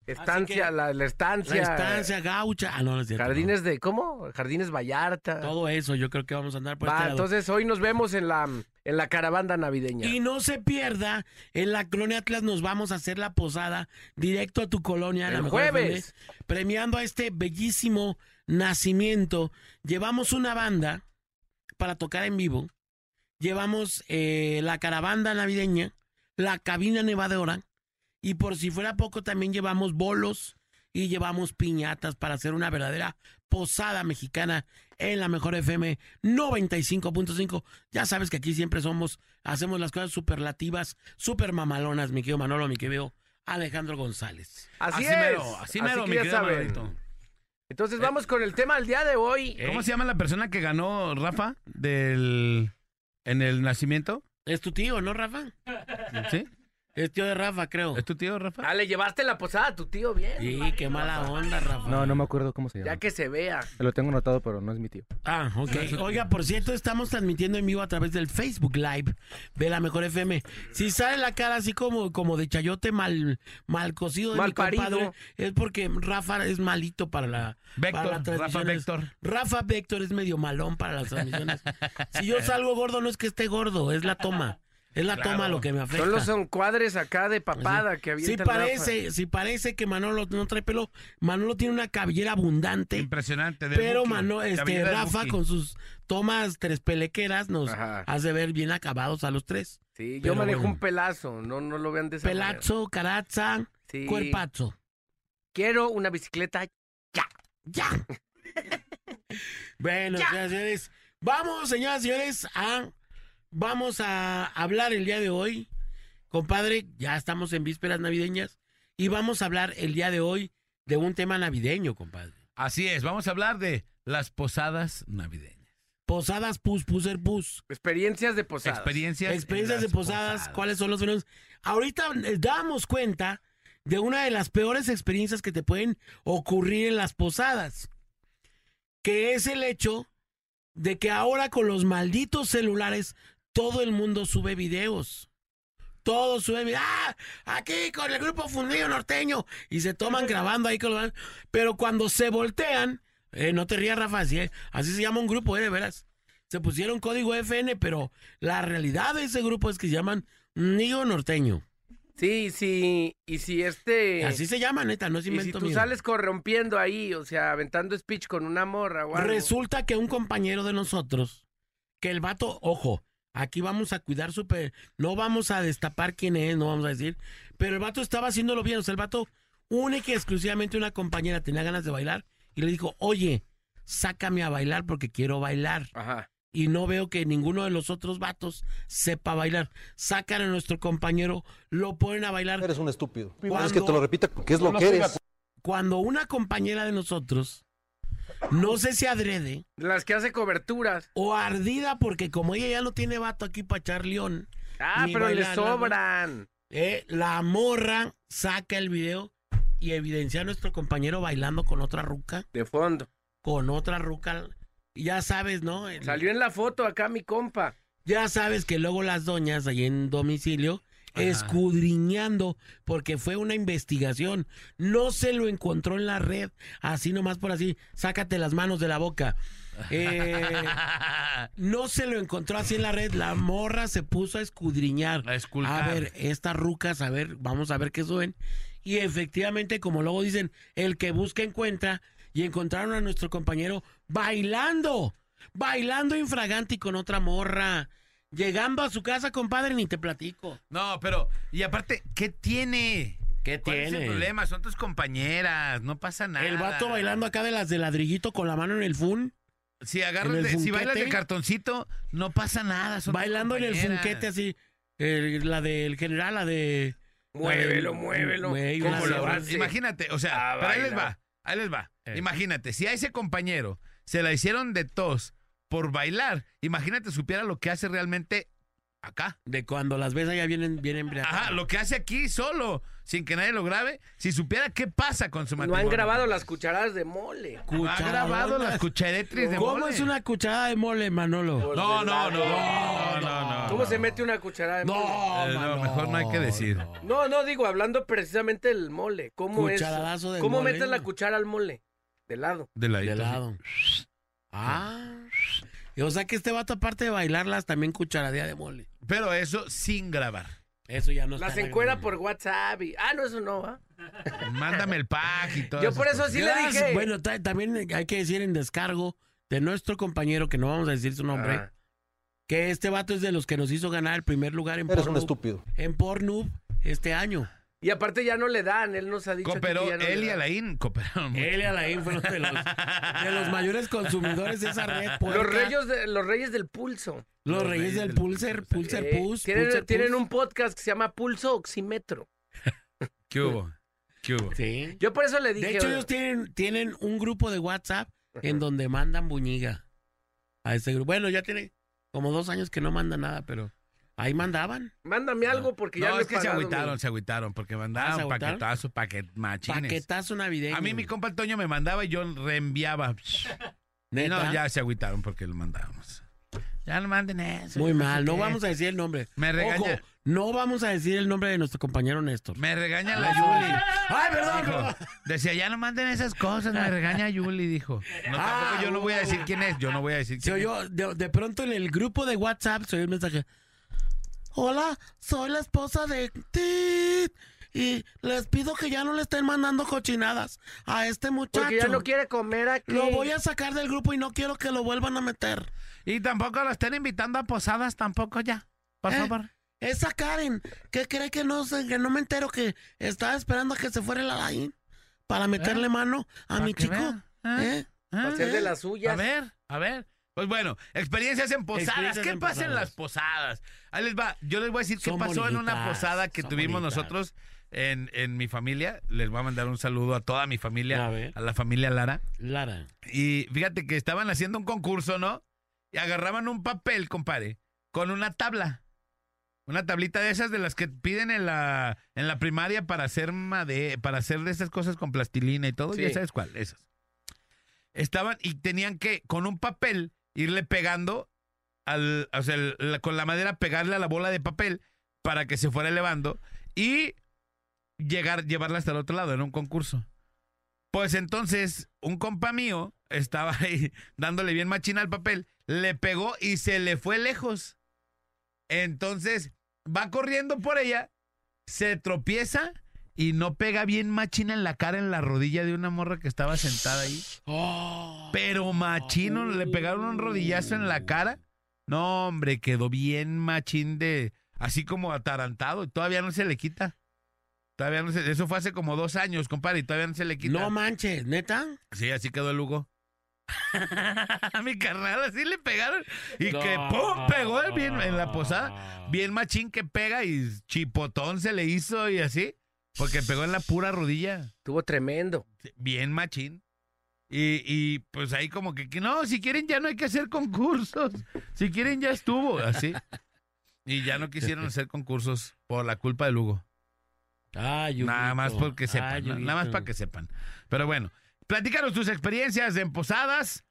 C: estancia,
B: así que-
C: la, la
B: La
C: estancia.
B: estancia gaucha. Ah, no, no es cierto, no.
C: Jardines de, ¿cómo? Jardines Vallarta.
B: Todo eso, yo creo que vamos a andar por
C: Va,
B: este lado.
C: entonces hoy nos vemos en la en la caravana navideña.
B: Y no se pierda, en la Colonia Atlas nos vamos a hacer la posada directo a tu colonia.
C: El
B: la mejor
C: jueves.
B: FM, premiando a este bellísimo nacimiento. Llevamos una banda para tocar en vivo. Llevamos eh, la caravana navideña, la cabina nevadora. Y por si fuera poco, también llevamos bolos y llevamos piñatas para hacer una verdadera posada mexicana en la mejor FM 95.5. Ya sabes que aquí siempre somos, hacemos las cosas superlativas, super mamalonas, mi querido Manolo, mi querido Alejandro González.
C: Así, es.
D: mero, así mero,
C: que
D: mi
C: ya
D: querido
C: saben.
D: Manolito.
B: Eh.
C: Entonces vamos con el tema del día de hoy.
D: ¿Cómo se llama la persona que ganó Rafa del en el nacimiento?
B: Es tu tío, ¿no, Rafa?
D: ¿Sí?
B: Es tío de Rafa, creo.
D: ¿Es tu tío Rafa?
C: Ah, le llevaste la posada a tu tío bien.
B: Sí, qué mala onda, Rafa.
J: me acuerdo cómo se
C: Ya que se vea.
J: Lo tengo anotado, pero no es mi tío.
B: Ah, ok. Oiga, por cierto, estamos transmitiendo en vivo a través del Facebook Live de la Mejor FM. Si sale la cara así como, como de chayote mal, mal cocido de mi
C: Malparido.
B: compadre, es porque Rafa es malito para la, para las
D: Vector, Rafa
B: transmisiones.
D: Vector.
B: Rafa Vector es medio malón para las transmisiones. si yo salgo gordo, no es que esté gordo, es la toma. Es la toma lo que me afecta.
C: Solo son cuadres acá de papada que había.
B: Si Pues parece, si parece que Manolo no trae pelo, Manolo tiene una cabellera abundante.
D: Impresionante. del
B: Pero
D: Buki.
B: mano,
D: Cabellera
B: este
D: del
B: Rafa
D: Buki.
B: con sus tomas tres pelequeras nos
C: Ajá.
B: hace ver bien acabados a los tres.
C: Sí, yo
B: Pero
C: manejo
B: bueno.
C: un pelazo, no, no lo vean de esa manera.
B: Pelazo, carazza,
C: Sí.
B: cuerpazo.
C: Quiero una bicicleta.
B: Ya. bueno, señoras y señores, vamos, señoras y señores, a vamos a hablar el día de hoy. Compadre, ya estamos en vísperas navideñas y vamos a hablar el día de hoy de un tema navideño, compadre.
D: Así es, vamos a hablar de las posadas navideñas.
B: Posadas pus, puser pus.
C: Experiencias de posadas.
D: Experiencias. en
B: Experiencias de
D: las
B: posadas, ¿cuáles son los fenómenos? Ahorita eh, dábamos cuenta de una de las peores experiencias que te pueden ocurrir en las posadas, que es el hecho de que ahora con los malditos celulares todo el mundo sube videos. Todo sube videos. ¡Ah! Aquí con el grupo fundido norteño. Y se toman grabando ahí con los... Pero cuando se voltean, eh, no te rías, Rafa, así, eh, así se llama un grupo, eh, de veras. Se pusieron código FN, pero la realidad de ese grupo es que se llaman Nido Norteño.
C: Sí, sí. Y si este.
B: Así se llama, neta, no es
C: y si
B: invento
C: tú
B: mío.
C: sales corrompiendo ahí, o sea, aventando speech con una morra o algo.
B: Resulta que un compañero de nosotros, que el vato, ojo, aquí vamos a cuidar su... pe- No vamos a destapar quién es, no vamos a decir, pero el vato estaba haciéndolo bien, o sea, el vato única y exclusivamente una compañera tenía ganas de bailar y le dijo, oye, sácame a bailar porque quiero bailar.
C: Ajá.
B: y no veo que ninguno de los otros vatos sepa bailar. Sacan a nuestro compañero, lo ponen a bailar. Eres un estúpido. Cuando,
K: repita, ¿qué es lo que eres?
B: cuando una compañera de nosotros, no sé si adrede
C: Las que hace coberturas.
B: o ardida, porque como ella ya no tiene vato aquí para echar león,
C: Ah,
B: Ni
C: pero le
B: bailar, ¿no?
C: sobran.
B: eh, la morra saca el video y evidencia a nuestro compañero bailando con otra ruca,
C: De fondo.
B: con otra ruca. Y Ya sabes, ¿no? El-
C: Salió en la foto acá mi compa.
B: Ya sabes que luego las doñas ahí en domicilio escudriñando porque fue una investigación. No se lo encontró en la red, así nomás por así. Sácate las manos de la boca. Eh, no se lo encontró así en la red. La morra se puso a escudriñar.
D: A esculcar.
B: A ver, estas rucas, a ver, vamos a ver qué suben. Y efectivamente, como luego dicen, el que busca encuentra. Y encontraron a nuestro compañero bailando, bailando infragante y con otra morra. Llegando a su casa, compadre, ni te platico.
D: No, pero, y aparte, ¿qué tiene?
B: ¿Qué
D: ¿Cuál es el problema? Son tus compañeras, no pasa nada.
B: El vato bailando acá de las de ladrillito con la mano en el fun,
D: Si
B: en
D: agarras,
B: el
D: de- si
B: funquete.
D: bailas de cartoncito, no pasa nada. son tus
B: bailando en el
D: compañeras.
B: funquete así. Eh, la del general, la de.
C: Muévelo,
B: Ay,
C: muévelo.
B: güey,
C: ¿Cómo
B: una
D: Como lo
B: sabrosa.
D: hace? Imagínate, o sea,
C: Ah,
D: pero ahí les
C: baila.
D: va, ahí les va.
B: Eh.
D: Imagínate, si a ese compañero se la hicieron de tos por bailar, imagínate supiera lo que hace realmente acá.
B: De cuando las ves allá vienen bien embriagadas.
D: Ajá, lo que hace aquí solo, sin que nadie lo grabe, si supiera qué pasa con su
C: No
D: matrimonio.
C: han grabado las cucharadas de mole.
D: Ha grabado las cucharetrices de
B: ¿Cómo
D: mole.
B: es una cucharada de mole, Manolo?
C: Por
D: No,
C: del
D: no, no, no,
C: lado.
D: no, no.
C: ¿Cómo se mete una cucharada de mole?
D: Eh, no, mejor no hay que decir.
C: No, no, digo, hablando precisamente del mole. ¿Cómo es?
B: Cucharadazo de
C: ¿Cómo
B: mole,
C: metes la
B: ¿no?
C: cuchara al mole? De lado.
D: De la
B: De lado. Ah. O sea que este vato, aparte de bailarlas, también cucharadía de mole.
D: Pero eso sin grabar.
B: Eso ya no
C: Las
B: está
C: encuera por WhatsApp y... Ah, no, eso no, ¿va?
D: Mándame el pack y todo
C: Yo por eso sí le
B: Gracias.
C: dije...
B: Bueno, ta- también hay que decir en descargo de nuestro compañero, que no vamos a decir su nombre,
C: Ah.
B: que este vato es de los que nos hizo ganar el primer lugar en
K: Eres un
B: Pornhub,
K: estúpido.
B: en Pornhub este año.
C: Y aparte ya no le dan, él nos ha dicho... aquí que
D: Cooperó,
C: ya no le
D: él y
C: dan.
D: Alain cooperaron mucho.
B: Él y Alain fueron de los, de los mayores consumidores de esa red. puerca.
C: Los reyes, de- los reyes del pulso.
B: Los reyes del Pulser, Pulser
C: Eh,
B: Pus.
C: tienen
B: Pulser
C: tienen
B: Pus.
C: un podcast que se llama Pulso Oxímetro.
D: ¿Qué hubo? ¿Qué hubo?
B: Sí.
C: Yo por eso le dije...
B: De hecho, ellos tienen, tienen un grupo de WhatsApp en donde mandan buñiga a ese grupo. Bueno, ya tiene como dos años que no manda nada, pero ahí mandaban.
C: Mándame algo porque ya
D: No,
C: no
D: es
C: he
D: que se
C: pagado mi-
D: agüitaron, se agüitaron, porque
B: Ah, ¿se
D: mandaban
B: agüitaron?
D: paquetazos, paquet machines.
B: Paquetazo navideño.
D: A mí mi compa Antonio me mandaba y yo reenviaba. Y
B: Neta,
D: No, ya se agüitaron porque lo mandábamos. Ya no manden eso.
B: Muy
D: yo sé
B: mal, no
D: qué.
B: vamos a decir el nombre.
D: Me regaña.
B: Ojo, no vamos a decir el nombre de nuestro compañero Néstor.
D: Me regaña la Yuli.
B: Ay, perdón,
D: Dijo,
B: perdón.
D: decía, ya no manden esas cosas, me regaña Yuli, dijo. No,
B: Ah,
D: tampoco yo no voy a decir quién es, yo no voy a
B: Se
D: decir quién es.
B: oyó, de, de pronto en el grupo de WhatsApp se oyó un mensaje. Hola, soy la esposa de Tit y les pido que ya no le estén mandando cochinadas a este muchacho.
C: Porque ya no quiere comer aquí.
B: Lo voy a sacar del grupo y no quiero que lo vuelvan a meter.
D: Y tampoco lo estén invitando a posadas, tampoco ya. Por
B: ¿Eh?
D: favor.
B: Esa Karen, que cree que no sé, que no me entero que estaba esperando a que se fuera el Alain para
C: ¿Eh?
B: meterle mano a
D: Para
B: mi
D: que
B: chico.
D: vean. ¿Eh?
B: ¿eh?
D: ¿Ah?
C: Hacer de las
D: A
C: suyas.
D: ver, a ver. Pues bueno, experiencias en posadas.
B: Experiencias
D: ¿Qué
B: en
D: pasa en
B: posadas.
D: las posadas? Ahí les va. Yo les voy a decir
B: Son
D: qué pasó en una
B: bonitas,
D: posada que
B: son
D: tuvimos
B: bonitas.
D: nosotros en, en mi familia. Les voy a mandar un saludo a toda mi
C: ¿Eh?
D: familia,
B: A ver.
D: a la familia Lara.
B: Lara.
D: Y fíjate que estaban haciendo un concurso, ¿no? Y agarraban un papel, compadre, con una tabla. Una tablita de esas de las que piden en la, en la primaria para hacer made, para hacer de esas cosas con plastilina y todo,
C: Sí.
D: ya sabes cuál, esas. Estaban y tenían que, con un papel, irle pegando al, o sea, el- la- con la madera pegarle a la bola de papel para que se fuera elevando y llegar, llevarla hasta el otro lado, en un concurso. Pues entonces, un compa mío estaba ahí dándole bien machina al papel, le pegó y se le fue lejos. Entonces, va corriendo por ella, se tropieza y no pega bien machina en la cara, en la rodilla de una morra que estaba sentada ahí. Pero machino, le pegaron un rodillazo en la cara. No, hombre, quedó bien machín de. Así como atarantado. Todavía no se le quita. Todavía no se. Eso fue hace como dos años, compadre, y todavía no se le quita.
B: No manches, neta.
D: sí, así quedó el Hugo. A mi carnal, así le pegaron. Y
B: No.
D: que ¡pum! pegó el bien en la posada. Bien machín que pega y chipotón se le hizo y así. Porque pegó en la pura rodilla
C: Estuvo tremendo.
D: bien machín. Y, y, pues ahí como que, que no, si quieren ya no hay que hacer concursos. Si quieren ya estuvo, así. Y ya no quisieron hacer concursos por la culpa de Lugo.
B: Ay,
D: Nada
B: Huguito.
D: más porque sepan,
B: Ay,
D: na- nada más
B: Huguito.
D: para que sepan. Pero bueno, platícanos tus experiencias en posadas.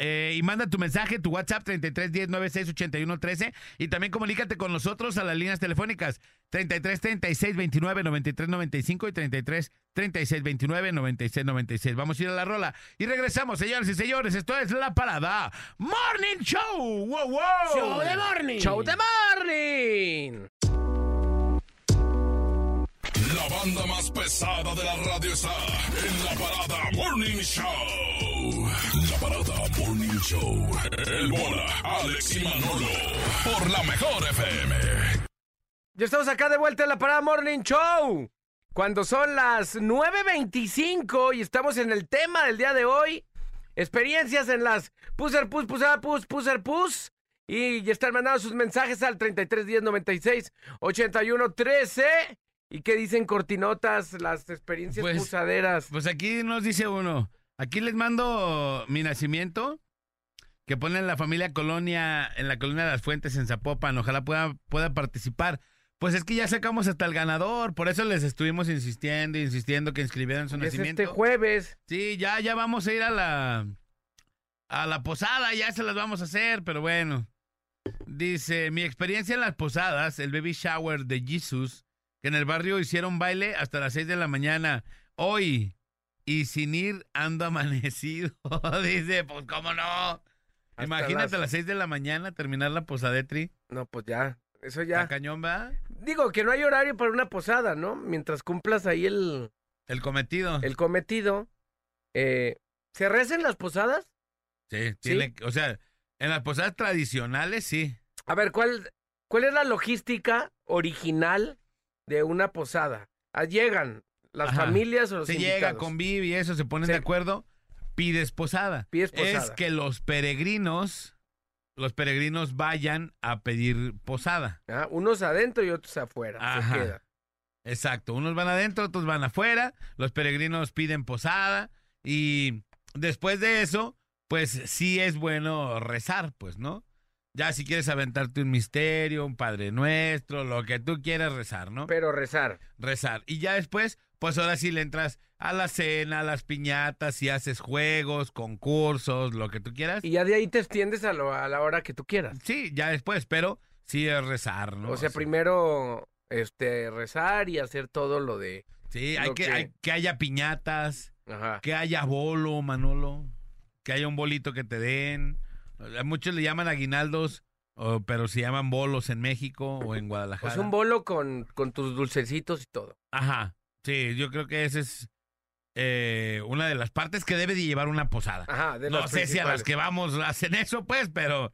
D: eh, y manda tu mensaje, tu WhatsApp 33 10 96 81 13 y también comunícate con nosotros a las líneas telefónicas 33 36 29 93 95 y 33 36 29 96 96. Vamos a ir a la rola y regresamos, señores y señores. Esto es La Parada Morning Show. ¡Wow, wow!
B: Show de morning.
C: Show de morning.
I: La banda más pesada de la radio está en la parada Morning Show. La parada Morning Show. El bola, Alex y Manolo. Por la mejor FM.
C: Ya estamos acá de vuelta en la Parada Morning Show. Cuando son las 9.25 y estamos en el tema del día de hoy. Experiencias en las Puser Pus, Pusera Pus, Puser Pus. Y ya están mandando sus mensajes al 3310 96 81 13. ¿Y qué dicen cortinotas las experiencias
D: Pues-
C: pusaderas?
D: Pues aquí nos dice uno. Aquí les mando mi nacimiento que pone en la familia Colonia, en la Colonia de las Fuentes en Zapopan. Ojalá pueda, pueda participar. Pues es que ya sacamos hasta el ganador, por eso les estuvimos insistiendo, insistiendo que inscribieran su
C: es
D: nacimiento.
C: este jueves.
D: Sí, ya, ya vamos a ir a la a la posada, ya se las vamos a hacer, pero bueno. Dice, mi experiencia en las posadas, el baby shower de Jesus, que en el barrio hicieron baile hasta las 6 de la mañana. Hoy, y sin ir, ando amanecido. Dice, pues cómo no.
C: Hasta
D: Imagínate a las
C: las-
D: 6 de la mañana terminar la posadetri.
C: No, pues ya. Eso ya.
D: La cañón, ¿verdad?
C: Digo que no hay horario para una posada, ¿no? Mientras cumplas ahí el,
D: El cometido.
C: el cometido. eh, ¿Se recen las posadas?
D: Sí, tiene, o sea, en las posadas tradicionales sí.
C: A ver, ¿cuál, ¿cuál es la logística original de una posada? Ah, llegan las
D: Ajá.
C: familias o los
D: Se llega,
C: invitados.
D: convive y eso, se ponen
C: Sí.
D: de acuerdo, pides posada.
C: Pides posada.
D: Es que los peregrinos, los peregrinos vayan a pedir posada.
C: Ah, unos adentro y otros afuera.
D: Ajá.
C: Se queda.
D: Exacto, unos van adentro, otros van afuera, los peregrinos piden posada y después de eso, pues sí es bueno rezar, pues, ¿no? Ya si quieres aventarte un misterio, un Padre Nuestro, lo que tú quieras rezar, ¿no?
C: Pero rezar.
D: rezar. Y ya después, pues ahora sí le entras a la cena, a las piñatas, y haces juegos, concursos, lo que tú quieras.
C: Y ya de ahí te extiendes a, lo- a la hora que tú quieras.
D: Sí, ya después, pero sí es rezar, ¿no?
C: o sea, primero este, rezar y hacer todo lo de...
D: Sí, hay
C: lo
D: que,
C: que-
D: hay que haya piñatas,
C: Ajá.
D: que haya bolo, Manolo, que haya un bolito que te den. A muchos le llaman aguinaldos, o- pero se llaman bolos en México o en
C: O
D: Guadalajara.
C: sea, Pues un bolo con, con tus dulcecitos y todo.
D: Ajá. Sí, yo creo que esa es eh, una de las partes que debe de llevar una posada.
C: Ajá, de
D: no
C: las
D: sé si a las
C: principales.
D: que vamos hacen eso, pues, pero,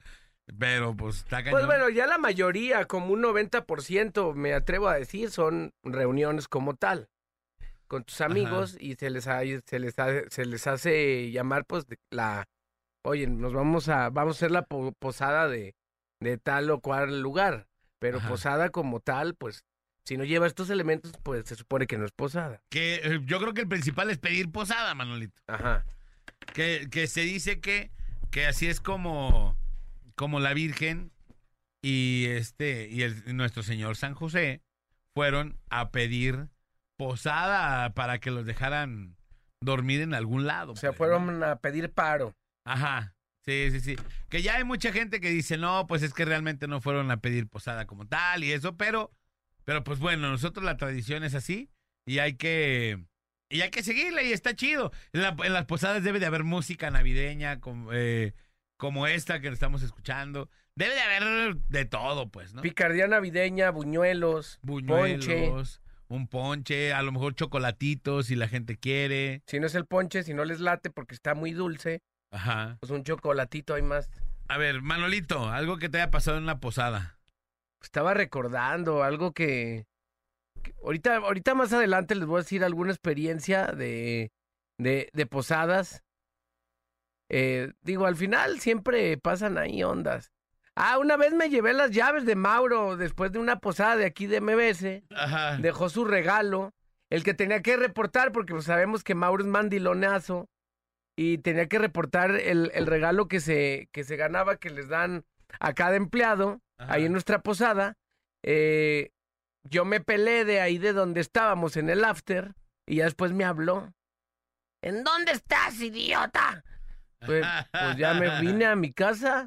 D: pero pues está cañón.
C: Pues bueno, ya la mayoría, como un 90%, me atrevo a decir, son reuniones como tal, con tus amigos y se les, ha- se, les ha- se les hace llamar, pues, de- la, oye, nos vamos a, vamos a hacer la po- posada de, de tal o cual lugar, pero
D: Ajá.
C: posada como tal, pues, si no lleva estos elementos, pues se supone que no es posada.
D: que eh, yo creo que el principal es pedir posada, Manolito.
C: Ajá.
D: Que, que se dice que, que así es como, como la Virgen y este y el- y nuestro señor San José fueron a pedir posada para que los dejaran dormir en algún lado.
C: O sea,
D: pues, ¿no?
C: fueron a pedir paro.
D: Ajá. Sí, sí, sí. Que ya hay mucha gente que dice, no, pues es que realmente no fueron a pedir posada como tal y eso, pero, pero pues bueno, nosotros la tradición es así y hay que, y hay que seguirla y está chido. En, la- en las posadas debe de haber música navideña como, eh, como esta que estamos escuchando. Debe de haber de todo, pues, ¿no?
C: Picardía navideña, buñuelos, ponche.
D: Buñuelos, un ponche, a lo mejor chocolatitos si la gente quiere.
C: Si no es el ponche, si no les late porque está muy dulce,
D: Ajá.
C: pues un chocolatito hay más.
D: A ver, Manolito, algo que te haya pasado en la posada.
C: Estaba recordando algo que, que ahorita, ahorita más adelante les voy a decir alguna experiencia de, de, de posadas. Eh, digo, al final siempre pasan ahí ondas. Ah, una vez me llevé las llaves de Mauro después de una posada de aquí de MBS.
D: Ajá.
C: dejó su regalo, el que tenía que reportar, porque pues, sabemos que Mauro es mandilonazo, y tenía que reportar el, el regalo que se, que se ganaba, que les dan a cada empleado,
D: Ajá.
C: ahí en nuestra posada. Eh, yo me pelé de ahí de donde estábamos en el after, y ya después me habló. ¿En dónde estás, idiota? Pues, pues ya me vine a mi casa.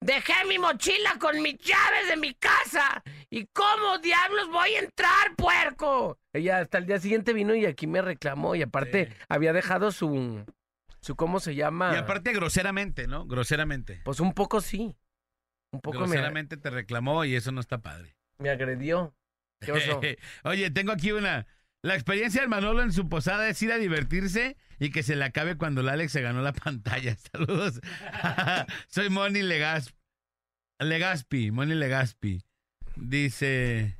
C: Dejé mi mochila con mis llaves de mi casa. ¿Y cómo diablos voy a entrar, puerco? Ella hasta el día siguiente vino y aquí me reclamó. Y aparte
D: Sí.
C: había dejado su, su ¿cómo se llama?
D: Y aparte groseramente, ¿no? Groseramente.
C: Pues un poco sí. Un poco me,
D: groseramente te reclamó y eso no está padre.
C: me agredió. ¿Qué oso?
D: Oye, tengo aquí una. La experiencia del Manolo en su posada es ir a divertirse y que se le acabe cuando el Alex se ganó la pantalla. Saludos. Soy Moni Legaspi. Legaspi, Moni Legaspi. Dice...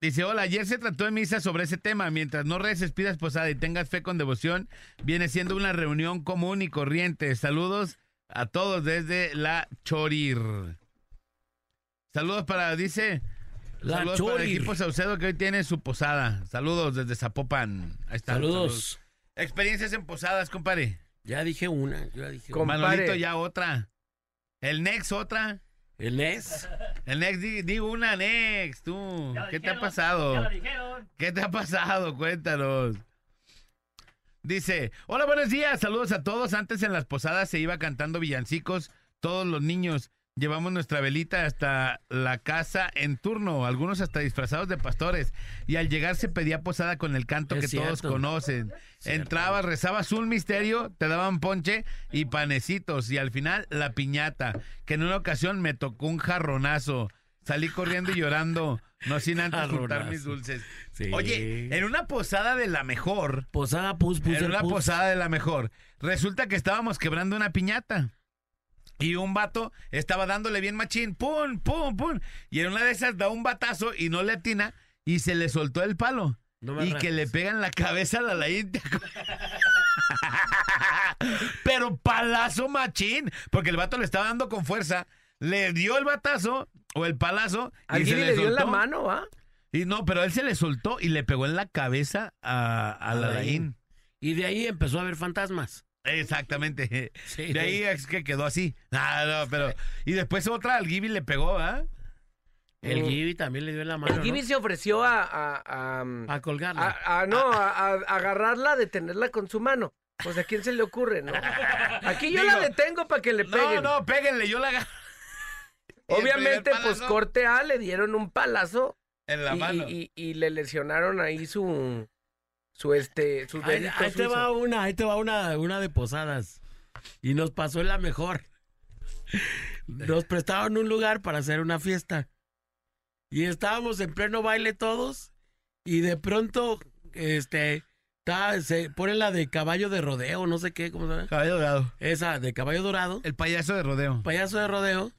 D: Dice, hola, ayer se trató en misa sobre ese tema. Mientras no reces, pidas posada y tengas fe con devoción, viene siendo una reunión común y corriente. Saludos a todos desde la Chorir. Saludos para, dice,
B: La
D: saludos para el
B: Chorir.
D: equipo Saucedo que hoy tiene su posada. Saludos desde Zapopan. Ahí está,
B: Saludos.
D: Experiencias en posadas, compadre.
B: Ya dije una, yo ya dije
C: Com-
B: una.
C: Compadre.
D: Manolito ya otra. El Nex otra.
B: El es.
D: El Nex, di- digo una Nex, tú.
E: Ya lo
D: ¿Qué te ha
E: dijeron,
D: pasado?
E: Ya lo dijeron.
D: ¿Qué te ha pasado? Cuéntanos. Dice, hola, buenos días, saludos a todos. Antes en las posadas se iba cantando villancicos, todos los niños. Llevamos nuestra velita hasta la casa en turno, algunos hasta disfrazados de pastores. Y al llegar se pedía posada con el canto
C: Es
D: que todos
C: cierto.
D: conocen. Entrabas, rezabas un misterio, te daban ponche y panecitos. Y al final, la piñata, que en una ocasión me tocó un jarronazo. Salí corriendo y llorando, no sin antes juntar
B: Jarronazo.
D: mis dulces.
B: Sí.
D: Oye, en una posada de la mejor,
B: Posada pus, pus,
D: en
B: el
D: una
B: pus.
D: posada de la mejor. Resulta que estábamos quebrando una piñata. Y un vato estaba dándole bien machín. ¡Pum, pum, pum! Y en una de esas da un batazo y no le atina. Y se le soltó el palo.
B: No me
D: y
B: arranques.
D: que le pegan la cabeza a la Laín. ¿te acuerdas? Pero palazo machín. Porque el vato le estaba dando con fuerza. Le dio el batazo o el palazo. y
C: Alguien
D: se
C: le dio en la
D: soltó.
C: mano, ¿ah?
D: Y no, pero él se le soltó y le pegó en la cabeza a, a la Laín.
B: Y de ahí empezó a ver fantasmas.
D: Exactamente.
B: Sí.
D: De ahí es que quedó así. Ah, no, pero. Y después otra al Gibi le pegó, ¿ah? uh,
B: El Gibi también le dio en la mano.
C: El Gibi Ah, se ofreció a, a- a-
B: ¿no? A colgarla.
C: a- a- no,
D: Ah.
C: a, a- a agarrarla, detenerla con su mano. Pues a quién se le ocurre, ¿no? Aquí yo la
D: Digo,
C: detengo para que le
D: No,
C: peguen.
D: no, péguenle, yo la agarro. Y el
C: Obviamente,
D: primer
C: pues
D: palazo
C: corte A le dieron un palazo
D: En la
C: y,
D: mano.
C: y- y- y le lesionaron ahí su su este su
B: Ahí,
C: dedito
B: ahí te
C: suizo.
B: va una, ahí te va una, una de posadas. Y nos pasó la mejor. Nos prestaron un lugar para hacer una fiesta. Y estábamos en pleno baile todos. Y de pronto, este, ta- se pone la de caballo de rodeo, no sé qué, ¿cómo se llama?
D: Caballo dorado.
B: Esa, de caballo dorado.
D: El payaso de rodeo.
B: payaso de rodeo.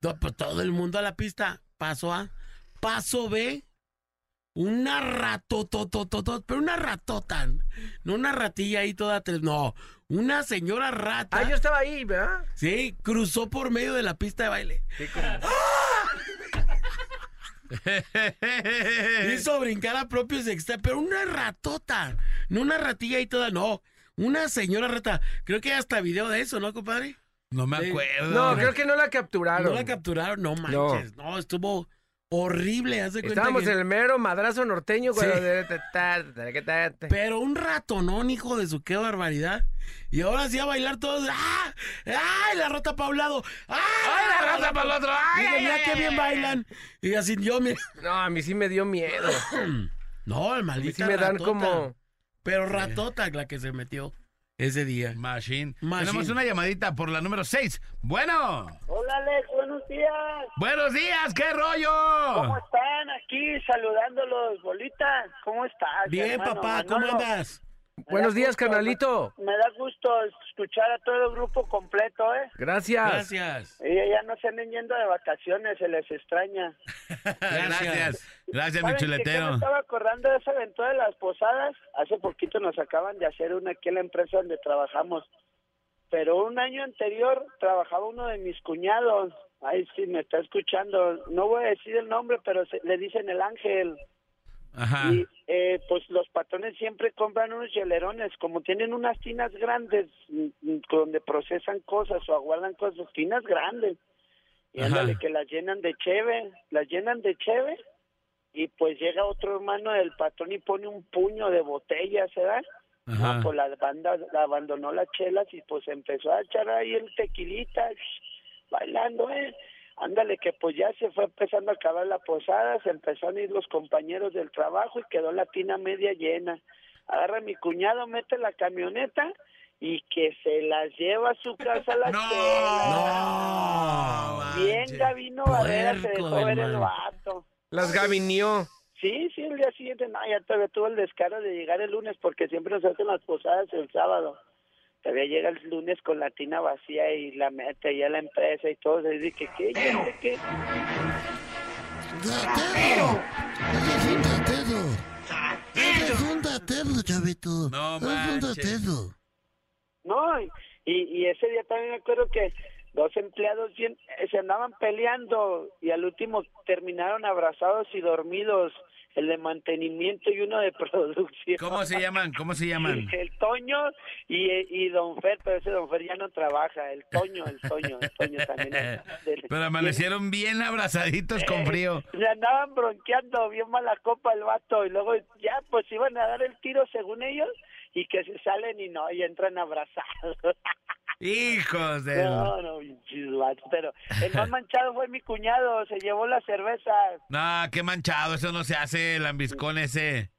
B: No, pues, todo el mundo a la pista. Paso A. Paso B. Una ratototototota, pero una ratota. No una ratilla ahí toda tres. No, una señora rata.
C: Ah, yo estaba ahí, ¿verdad?
B: Sí, cruzó por medio de la pista de baile.
C: Eh.
B: Hizo brincar a propio sexta, pero una ratota. No una ratilla ahí toda, no. Una señora rata. Creo que hay hasta video de eso, ¿no, compadre?
D: no me
B: Sí.
D: acuerdo.
C: No, creo que no la capturaron.
B: No la capturaron, no manches. No, estuvo horrible. Haz de cuenta
C: Estábamos
B: que-
C: en el mero madrazo norteño, güey. Pero-
B: Pero un ratonón, hijo de su, qué barbaridad. Y ahora sí a bailar todos. ¡Ah! ¡Ay, la rota pa' un lado! ¡Ay,
D: ¡Ay, la rata para el otro! ¡Ay,
B: Mira,
D: ay,
B: mira
D: ay,
B: qué
D: ay,
B: bien
D: ay!
B: bailan. Y así yo, mira.
C: No, a mí sí me dio miedo.
B: No, el
C: A mí
B: maldito.
C: sí me dan
B: ratota.
C: como.
B: Pero ratota la que se metió ese día.
D: Machine.
B: Machine.
D: Tenemos una llamadita por la número 6. Bueno.
L: Hola Alex, buenos días.
D: Buenos días, ¿qué
L: ¿Cómo
D: rollo?
L: están? Aquí saludándolos, bolita. ¿Cómo estás?
B: Bien,
L: hermano?
B: papá, ¿cómo
L: Manolo,
B: andas?
C: Buenos días,
L: gusto,
C: canalito.
L: Me da gusto escuchar a todo el grupo completo, ¿eh?
C: Gracias.
B: Gracias.
L: Y ya no se anden yendo de vacaciones, se les extraña.
D: Gracias.
L: ¿Saben que
D: Gracias, mi
L: qué me
D: chuletero.
L: estaba acordando de esa aventura de las posadas. Hace poquito nos acaban de hacer una aquí en la empresa donde trabajamos. Pero un año anterior trabajaba uno de mis cuñados. Ay, sí, me está escuchando. No voy a decir el nombre, pero se- le dicen el ángel.
D: Ajá.
L: Y eh, pues los patrones siempre compran unos hielerones, como tienen unas tinas grandes mm, mm, donde procesan cosas o aguardan cosas, tinas grandes. Y
D: Ajá.
L: ándale, que las llenan de cheve, las llenan de cheve. Y pues llega otro hermano del patrón y pone un puño de botella, ¿verdad?
D: Ajá.
L: No, pues la banda la abandonó las chelas y pues empezó a echar ahí el tequilita, shh, bailando, ¿eh? Ándale, que pues ya se fue empezando a acabar la posada, se empezaron a ir los compañeros del trabajo y quedó la tina media llena. Agarra a mi cuñado, mete la camioneta y que se las lleva a su casa las
D: No.
L: chelas.
D: No.
L: Bien,
D: manches.
L: Gavino Barrera se
B: Puerco
L: dejó
B: del
L: ver el
B: mal.
L: vato.
C: Las gavinió.
L: Sí, sí, el día siguiente, no, ya todavía tuvo el descaro de llegar el lunes porque siempre nos hacen las posadas el sábado. Todavía llega el lunes con la tina vacía y la mete ya la empresa y todo. Se dice que, ¿qué? ¿Ya sé qué?
D: No manches.
L: No, y, y ese día también me acuerdo que dos empleados bien- eh, se andaban peleando y al último terminaron abrazados y dormidos. El de mantenimiento y uno de producción.
D: ¿Cómo se llaman? ¿Cómo se llaman?
L: El Toño y, y Don Fer, pero ese Don Fer ya no trabaja. El Toño, el Toño, el Toño también. Del-
D: Pero amanecieron bien abrazaditos con frío.
L: Le andaban bronqueando bien mala copa el vato y luego ya pues iban a dar el tiro según ellos y que se salen y no, y entran abrazados.
D: Hijos de...
L: No, no, pinches vatos. pero el más manchado fue mi cuñado, se llevó la cerveza.
D: Nah, qué manchado, eso no se hace, el ambiscón ese.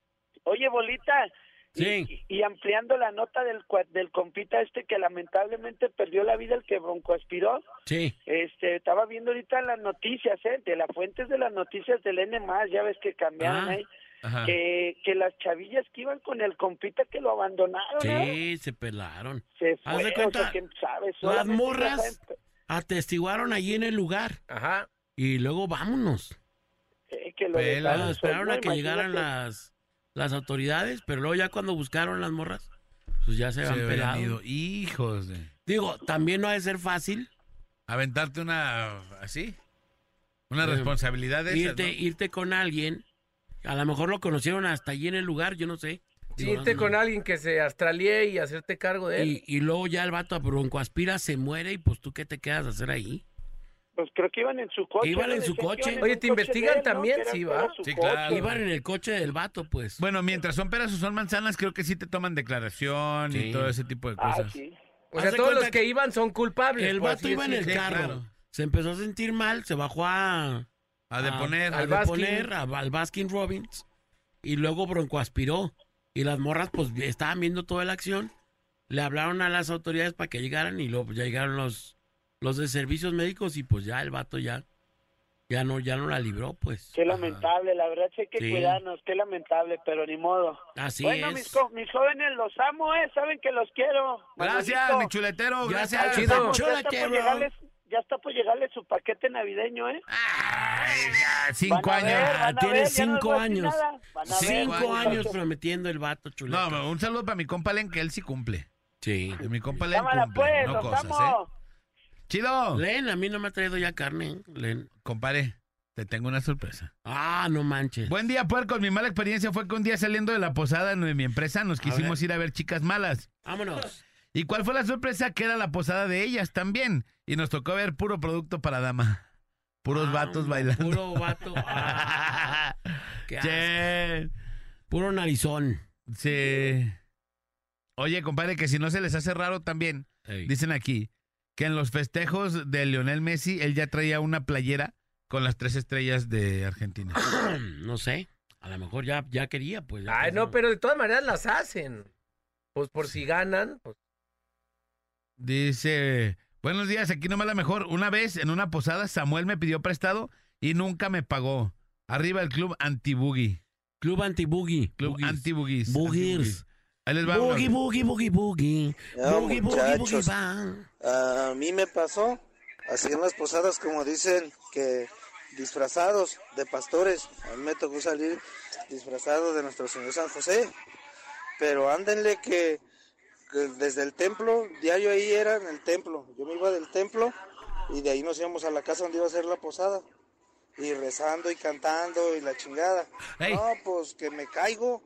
L: Oye, bolita. y-
D: Sí.
L: Y, ampliando la nota del, cua- del compita este que lamentablemente perdió la vida, el que bronco aspiró.
D: Sí.
L: Este, estaba viendo ahorita las noticias, ¿eh? De las fuentes de las noticias del N+, ya ves que cambiaron
B: Ah,
L: ahí.
B: ajá.
L: Que, que las chavillas que iban con el compita que lo abandonaron, ¿eh?
B: Sí, se pelaron.
L: Se fue,
B: Haz de
L: o sea,
B: cuenta,
L: ¿quién sabe?
B: las
L: Solamente ya
B: morras
L: saben,
B: atestiguaron allí en el lugar.
C: Ajá.
B: Y luego vámonos.
L: eh, que lo
B: Pela,
L: dejaron
B: esperaron
L: solo,
B: a que llegaran
L: imagínate.
B: las, las autoridades, pero luego ya cuando buscaron las morras, pues ya se
D: Se
B: van
D: habían
B: pelado.
D: ido. Hijos de...
B: Digo, también no ha de ser fácil
D: Aventarte una... ¿Así? Una
B: Eh,
D: responsabilidad de esas,
B: irte,
D: ¿no?
B: irte con alguien. A lo mejor lo conocieron hasta allí en el lugar, yo no sé.
C: Sí,
B: Digo,
C: irte
B: no-
C: con alguien que se astralie y hacerte cargo de él.
B: y, y luego ya el vato a bronco aspira, se muere y pues tú qué te quedas a hacer ahí.
L: Pues creo que iban en su coche.
B: Iban
L: ¿no?
B: en su
L: Decían que
B: coche.
L: iban en
C: Oye,
L: un coche de
C: ¿te investigan
L: él, ¿no?
C: también?
L: Que era-
C: Sí,
L: que
C: ¿va?
L: era su
D: Sí,
L: coche.
D: claro.
B: Iban en el coche del vato, pues.
D: Bueno, mientras son peras o son manzanas, creo que sí te toman declaración
B: Sí.
D: y todo ese tipo de
L: Ah,
D: cosas.
L: sí.
C: o sea,
B: Haz de
C: todos los
B: cuenta
C: que iban son culpables.
B: El
C: por
B: vato
C: pues, así
B: iba en el
C: decirlo.
B: carro.
D: claro.
B: Se empezó a sentir mal, se bajó a...
D: A
L: Ah,
D: deponer.
B: a- a
C: al Baskin.
B: deponer, a- al Baskin Robbins. Y luego Bronco aspiró. Y las morras, pues, estaban viendo toda la acción. Le hablaron a las autoridades para que llegaran. Y luego pues, ya llegaron los, los de servicios médicos. Y pues ya el vato ya, ya no, ya no la libró, pues.
L: Qué lamentable, la verdad sí hay que
B: Sí.
L: cuidarnos, qué lamentable, pero ni modo.
B: Así
L: bueno,
B: es.
L: mis, co- mis jóvenes, los amo, ¿eh? Saben que los quiero.
D: Gracias,
L: Manolito,
D: mi chuletero.
B: Ya
D: Gracias.
B: está,
L: Ya
C: chido.
B: Chula,
L: está, por
B: quiero.
L: llegarles, ya está por llegarles su paquete navideño, ¿eh?
D: Ay, ya, cinco
L: Van a ver,
D: años.
L: van a
B: Ah, Tiene
L: ver, ya no les
B: cinco
L: voy a decir
B: años.
L: nada. Van a ver,
B: Cinco
L: muchachos.
B: años prometiendo el vato,
D: No,
B: chuleta.
D: no, un saludo para mi compa Len, que él sí cumple.
B: Sí.
D: Que mi compa Len
L: Cámara,
D: cumple,
L: pues,
D: no
L: los
D: cosas,
L: amo.
D: ¿eh? Chido.
B: Len, a mí no me ha traído ya carne. Len.
D: Compare, te tengo una sorpresa.
B: Ah, no manches.
D: Buen día, puercos. Mi mala experiencia fue que un día saliendo de la posada de mi empresa nos quisimos ir a ver chicas malas.
B: Vámonos.
D: ¿Y cuál fue la sorpresa? Que era la posada de ellas también. Y nos tocó ver puro producto para dama. Puros
B: Ah,
D: vatos
B: no,
D: bailando.
B: Puro vato. Ah, qué asco.
D: Che.
B: Puro narizón.
D: Sí. Oye, compadre, que si no se les hace raro también, dicen aquí que en los festejos de Lionel Messi él ya traía una playera con las tres estrellas de Argentina.
B: no sé. A lo mejor ya, ya quería, pues. ya
C: Ay,
B: pensaba.
C: no, pero de todas maneras las hacen. Pues por si ganan, pues
D: Dice, buenos días, aquí nomás la mejor. Una vez en una posada Samuel me pidió prestado y nunca me pagó. Arriba el club anti-boogie.
B: Club anti-boogie.
D: Club
B: Boogies.
D: anti-boogies.
B: Boogies.
D: Ahí les va uno.
B: Boogie, boogie, boogie, boogie.
M: Ya,
B: Boogie, boogie, boogie,
M: muchachos.
B: bang.
M: A mí me pasó, así en las posadas, como dicen, que disfrazados de pastores. A mí me tocó salir disfrazado de nuestro Señor San José. Pero ándenle que, que desde el templo, diario ahí era en el templo. Yo me iba del templo y de ahí nos íbamos a la casa donde iba a ser la posada. Y rezando y cantando y la chingada.
D: Ey.
M: No, pues que me caigo.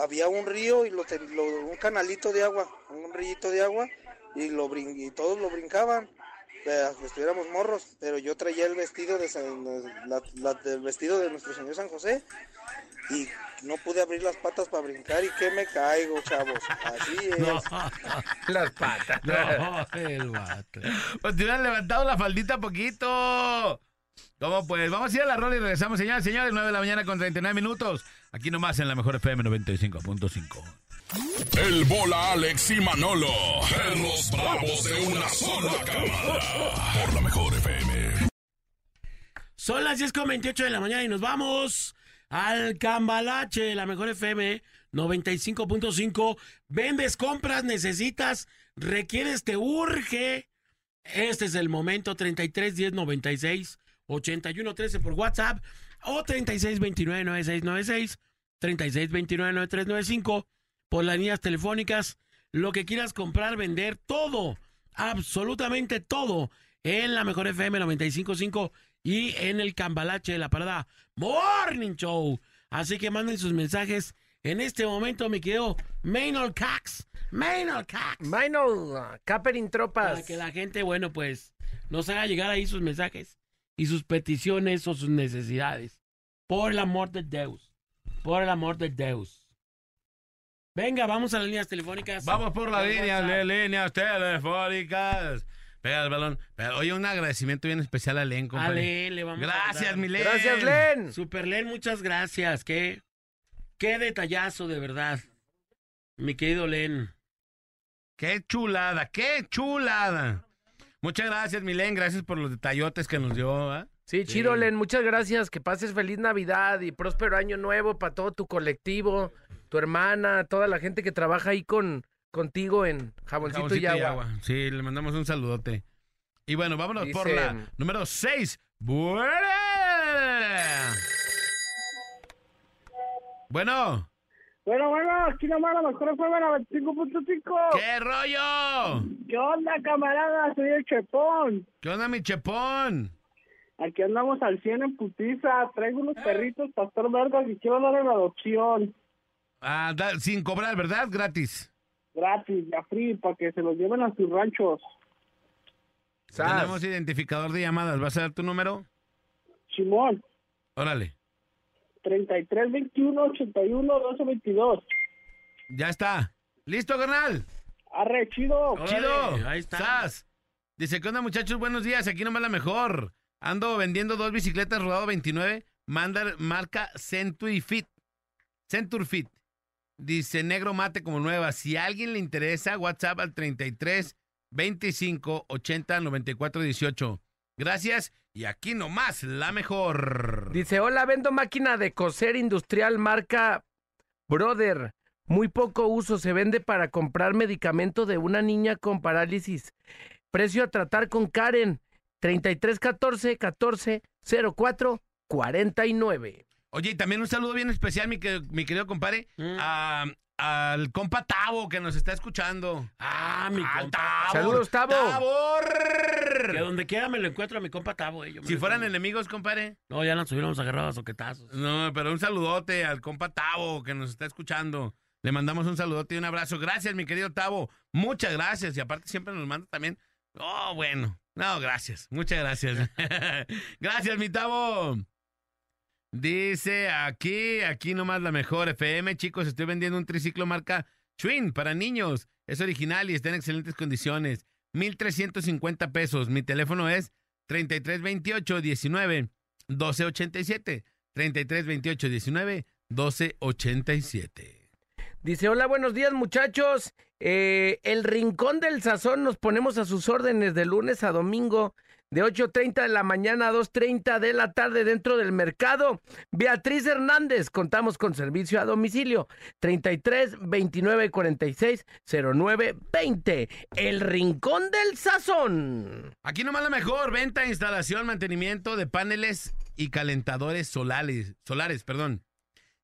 M: Había un río y lo, ten- lo- un canalito de agua, un rillito de agua y lo brin- y todos lo brincaban eh, que estuviéramos morros, pero yo traía el vestido de San- la- la- del vestido de nuestro señor San José y no pude abrir las patas para brincar y que me caigo, chavos. Así es.
B: No,
C: las patas.
D: Oh,
B: no, el vato.
D: Pues te hubieran levantado la faldita poquito. ¿Cómo pues? Vamos a ir a la rola y regresamos, señores, señores, 9 de la mañana con 39 minutos. Aquí nomás en la mejor FM 95.5.
I: El bola Alex y Manolo. Perros bravos de una sola cámara. Por la mejor FM.
B: Son las 10 con 28 de la mañana y nos vamos al Cambalache, la mejor FM 95.5. Vendes, compras, necesitas, requieres, te urge. Este es el momento 33 10 96 81 13 por WhatsApp o 36 29 96 96 36 29 93 95 por las líneas telefónicas. Lo que quieras comprar, vender, todo, absolutamente todo en la mejor FM 95.5 y en el Cambalache de la Parada Morning Show. Así que manden sus mensajes en este momento, mi querido Maynard Cax. Maynard Cax.
C: Minor, Caperin
B: Para
C: Tropas.
B: que la gente, bueno, pues nos haga llegar ahí sus mensajes y sus peticiones o sus necesidades. Por el amor de Deus. Por el amor de Deus. Venga, vamos a las líneas telefónicas.
D: Vamos por las
B: Del
D: líneas,
B: WhatsApp.
D: de líneas telefónicas. pega el balón. Pero, oye, un agradecimiento bien especial a Len, compadre.
B: Ale, le vamos a
D: Gracias,
B: dar.
D: mi Len.
B: Super Len, muchas gracias. Qué, qué detallazo, de verdad. Mi querido Len.
D: Qué chulada, qué chulada. Muchas gracias, Milen. Gracias por los detallotes que nos dio. ¿ah? ¿verdad?
C: Sí, Chirolen, muchas gracias. Que pases feliz Navidad y próspero año nuevo para todo tu colectivo, tu hermana, toda la gente que trabaja ahí con, contigo en Jaboncito,
D: Jaboncito
C: y, agua.
D: Sí, le mandamos un saludote. Y bueno, vámonos por
C: Dice-
D: la número 6. Buena. Bueno,
N: Bueno, bueno, aquí nomás la mejor fue 95.5.
D: ¿qué rollo?
N: ¿Qué onda, camarada? Soy el Chepón.
D: ¿Qué onda, mi chepón?
N: Aquí andamos al 100 en putiza. Traigo unos perritos, pastor vergas, y quiero dar en adopción.
D: Ah, da- sin cobrar, ¿verdad? Gratis.
N: Gratis, ya free, para que se los lleven a sus ranchos.
D: Tenemos identificador de llamadas. ¿Vas a dar tu número?
N: Simón,
D: Órale.
N: 33, 21, 81, 12, 22.
D: Ya está. ¿Listo, carnal?
N: Arre, chido.
D: Chido. Ahí está. Dice, ¿qué onda, muchachos? Buenos días. Aquí nomás la mejor. Ando vendiendo dos bicicletas rodado 29. Manda marca Century Fit. Centur Fit. Dice, negro mate como nueva. Si a alguien le interesa, WhatsApp al 33 25 80 94 18. Gracias. Y aquí nomás la mejor.
C: Dice, hola, vendo máquina de coser industrial marca Brother. Muy poco uso, se vende para comprar medicamento de una niña con parálisis. Precio a tratar con Karen, 3314 14 04 49.
D: Oye, y también un saludo bien especial, mi, que- mi querido compadre,
B: Mm.
D: a- al compa Tavo que nos está escuchando.
B: Ah, mi compa.
D: Saludos, Tavo.
B: Que donde quiera me lo encuentro a mi compa Tavo. eh, yo me
D: Si
B: lo
D: fueran
B: encuentro.
D: enemigos, compadre.
B: No, ya nos hubiéramos agarrado a soquetazos.
D: No, pero un saludote al compa Tavo que nos está escuchando. Le mandamos un saludote y un abrazo. Gracias, mi querido Tavo. Muchas gracias. Y aparte siempre nos manda también. Oh, bueno. No, gracias. Muchas gracias. gracias, mi Tavo. Dice aquí, aquí nomás la mejor FM, chicos, estoy vendiendo un triciclo marca Schwinn para niños. Es original y está en excelentes condiciones. 1350 pesos. Mi teléfono es 3328 19 1287. 3328 19 1287.
C: Dice, hola, buenos días muchachos. Eh, el Rincón del Sazón nos ponemos a sus órdenes de lunes a domingo, de 8.30 de la mañana a 2.30 de la tarde dentro del mercado. Beatriz Hernández, contamos con servicio a domicilio, 33 29 46 09 20. El Rincón del Sazón.
D: Aquí nomás la mejor venta, instalación, mantenimiento de paneles y calentadores solares, solares, perdón.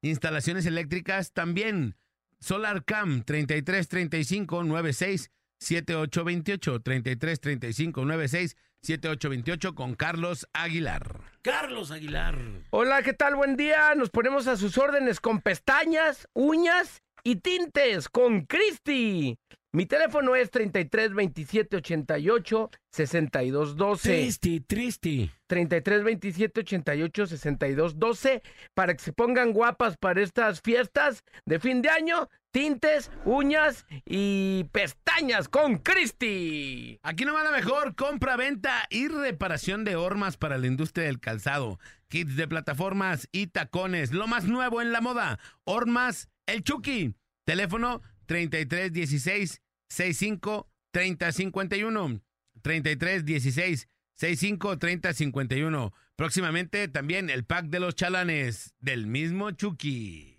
D: Instalaciones eléctricas también. SolarCam 33 35 96 78 28 33 35 96 78 28 con Carlos Aguilar.
B: Carlos Aguilar.
C: Hola, ¿qué tal? Buen día. Nos ponemos a sus órdenes con pestañas, uñas y tintes con Cristi. Mi teléfono es 33 27 88 62 12.
B: Tristi, tristi.
C: 33 27 88 62 12 para que se pongan guapas para estas fiestas de fin de año. Tintes, uñas y pestañas con Cristi.
D: Aquí nomás la mejor compra, venta y reparación de hormas para la industria del calzado, kits de plataformas y tacones, lo más nuevo en la moda, hormas El Chucky. Teléfono 33 16 65 30 51. 33 16 65 30 51. Próximamente también el pack de los chalanes del mismo Chucky.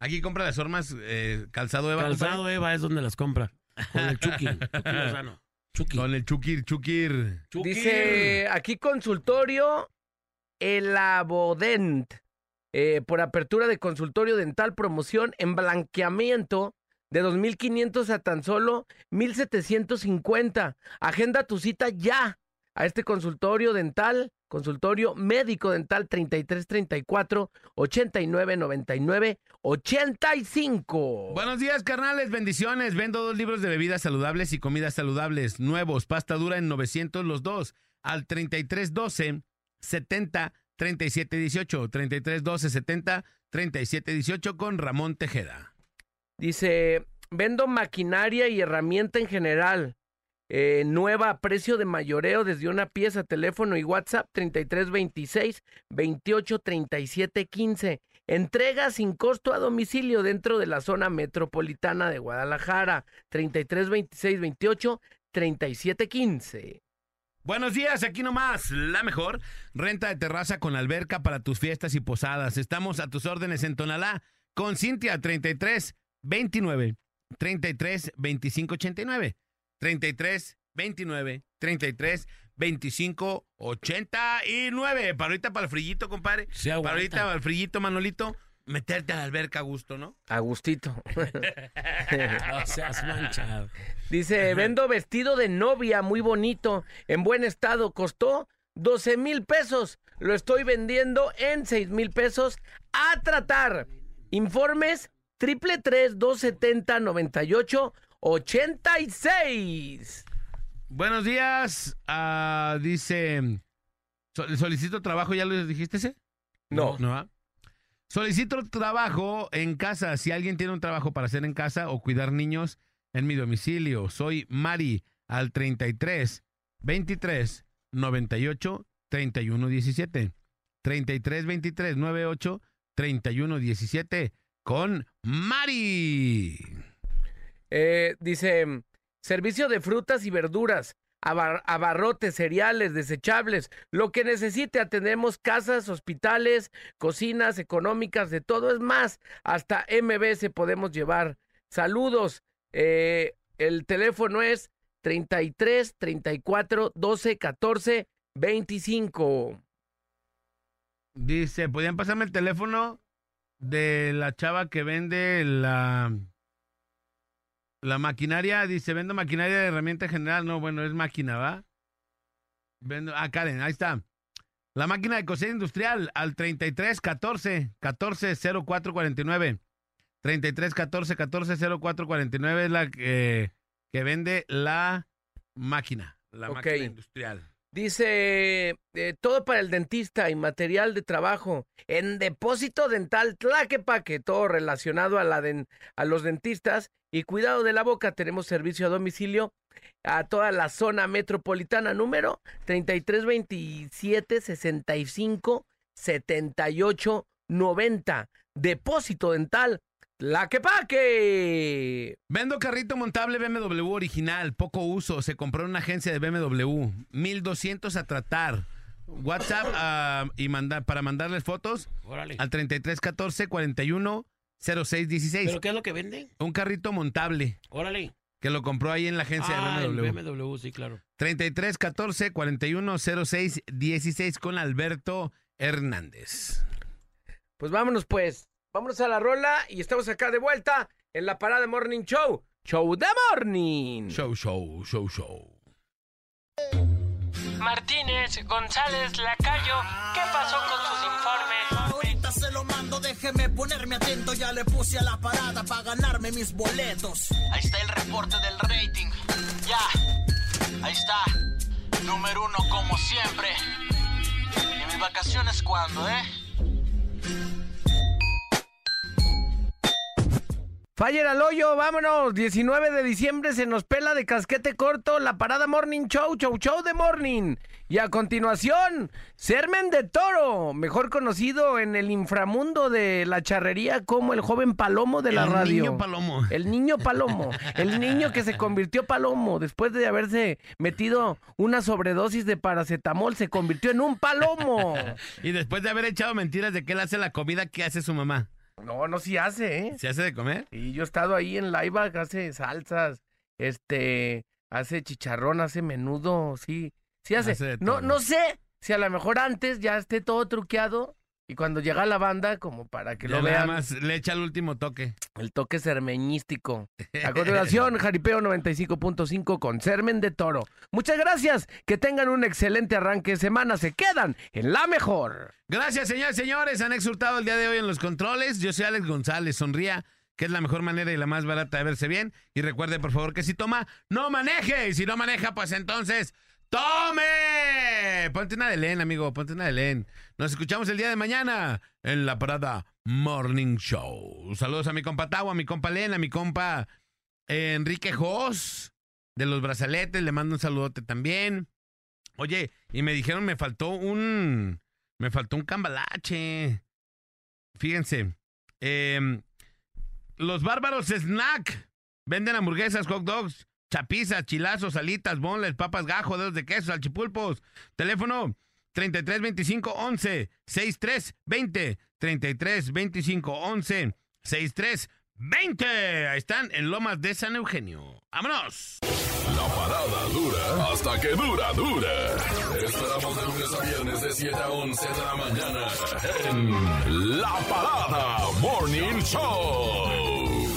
D: Aquí compra las hormas eh, calzado Eva. compadre.
B: Calzado Eva es donde las compra. Con el Chucky. Chucky Lozano.
D: Con el Chukir, Chukir.
C: Dice aquí consultorio Elabodent. eh, por apertura de consultorio dental, promoción en blanqueamiento de 2.500 a tan solo 1.750. Agenda tu cita ya a este consultorio dental, consultorio médico dental 3334 8999 85.
D: Buenos días, carnales. Bendiciones. Vendo dos libros de bebidas saludables y comidas saludables nuevos. Pasta dura en 900 los dos. Al 3312 70 37 18. 3312 70 37 18 con Ramón Tejeda.
C: Dice, vendo maquinaria y herramienta en general. eh, nueva a precio de mayoreo desde una pieza, teléfono y WhatsApp 3326 283715. Entrega sin costo a domicilio dentro de la zona metropolitana de Guadalajara 3326 28 3715.
D: Buenos días, aquí nomás, la mejor. Renta de terraza con alberca para tus fiestas y posadas. Estamos a tus órdenes en Tonalá con Cintia 33 29 33 25 89 33 29 33 25 89. Para ahorita para el frillito, compadre.
C: aguanta.
D: para ahorita para el frillito, Manolito, meterte a la alberca a gusto, ¿no?
C: Agustito.
B: No seas manchado.
C: Dice, vendo vestido de novia muy bonito, en buen estado, costó 12 mil pesos. Lo estoy vendiendo en 6 mil pesos a tratar. Informes triple tres dos setenta noventa y ocho ochenta y seis.
D: Buenos días. ah, dice. so- solicito trabajo, ¿ya lo dijiste ese?
C: No.
D: No. ¿ah? Solicito trabajo en casa. Si alguien tiene un trabajo para hacer en casa o cuidar niños en mi domicilio. Soy Mari al 33 23 98 31 17. 33 23 98 31 17 con Mari.
C: Eh, dice, servicio de frutas y verduras, abar- abarrotes, cereales, desechables, lo que necesite. Atendemos casas, hospitales, cocinas económicas, de todo. Es más, hasta MBS podemos llevar. Saludos. Eh, el teléfono es 33 34 12 14 25.
D: Dice, ¿podían pasarme el teléfono de la chava que vende la, la maquinaria? Dice, vendo maquinaria de herramienta general. No, bueno, es máquina, ¿va? Vendo, ah, Karen, ahí está. La máquina de coser industrial al 33 14 14 04 49. 33 14 14 04 49 es la que, eh, que vende la máquina. La
C: Ok.
D: máquina industrial.
C: Dice, eh, todo para el dentista y material de trabajo en depósito dental Tlaquepaque, todo relacionado a, la den- a los dentistas y cuidado de la boca. Tenemos servicio a domicilio a toda la zona metropolitana, número 3327 65 78 90. Depósito dental Tlaquepaque.
D: Vendo carrito montable BMW original, poco uso. Se compró en una agencia de BMW. 1200 a tratar. WhatsApp ah, y mandar para mandarles fotos
B: Órale.
D: al 3314 41 06 16.
B: ¿Pero qué es lo que vende?
D: Un carrito montable
B: Órale.
D: que lo compró ahí en la agencia
B: ah,
D: de
B: el
D: BMW.
B: BMW, sí, claro.
D: 33 14 41 06 16 con Alberto Hernández.
C: Pues vámonos pues. Vámonos a la rola y estamos acá de vuelta en la parada Morning Show. Show de Morning.
D: Show, show, show, show.
O: Martínez, González, Lacayo, ¿qué pasó con sus informes?
A: Ahorita se lo mando, déjeme ponerme atento. Ya le puse a la parada para ganarme mis boletos. Ahí está el reporte del rating. Ya, ahí está. Número uno, como siempre. ¿Y mis vacaciones cuándo, eh?
C: Faller al hoyo, vámonos. 19 de diciembre se nos pela de casquete corto la parada Morning Show, show show de morning. Y a continuación, Sermen de Toro, mejor conocido en el inframundo de la charrería como el joven palomo de la
D: El
C: radio.
D: niño palomo.
C: El niño palomo. El niño que se convirtió palomo después de haberse metido una sobredosis de paracetamol, se convirtió en un palomo.
D: Y después de haber echado mentiras de que él hace la comida que hace su mamá.
C: No, no si hace, ¿eh?
D: ¿Se hace de comer?
C: Y yo he estado ahí en Liveback, hace salsas, este, hace chicharrón, hace menudo, sí, sí hace.
D: Hace de
C: no,
D: todo.
C: no sé si a lo mejor antes ya esté todo truqueado y cuando llega la banda, como para que
D: Ya
C: lo
D: nada
C: vean,
D: más le echa el último toque.
C: el toque cermeñístico. A continuación, Jaripeo 95.5 con Cermen de Toro. Muchas gracias, que tengan un excelente arranque de semana, se quedan en la mejor.
D: Gracias, señores, señores. Han exhortado el día de hoy en los controles. Yo soy Alex González. Sonría, que es la mejor manera y la más barata de verse bien. Y recuerde, por favor, que si toma, no maneje. Y si no maneja, pues entonces, ¡tome! Ponte una de Len, amigo. Ponte una de Len. Nos escuchamos el día de mañana en la parada Morning Show. Saludos a mi compa Tau, a mi compa Len, a mi compa Enrique eh, Jos. de los brazaletes, le mando un saludote también. Oye, y me dijeron, me faltó un. Me faltó un cambalache. Fíjense. em, los bárbaros snack. Venden hamburguesas, hot dogs, chapizas, chilazos, alitas, bonles, papas gajo, dedos de queso, salchipulpos. Teléfono 33 25 11 63 20 33 25 11 63 20. Ahí están en Lomas de San Eugenio. ¡Vámonos!
I: La parada dura hasta que dura, dura. Te Esperamos de lunes a viernes de 7 a 11 de la mañana en La Parada Morning Show.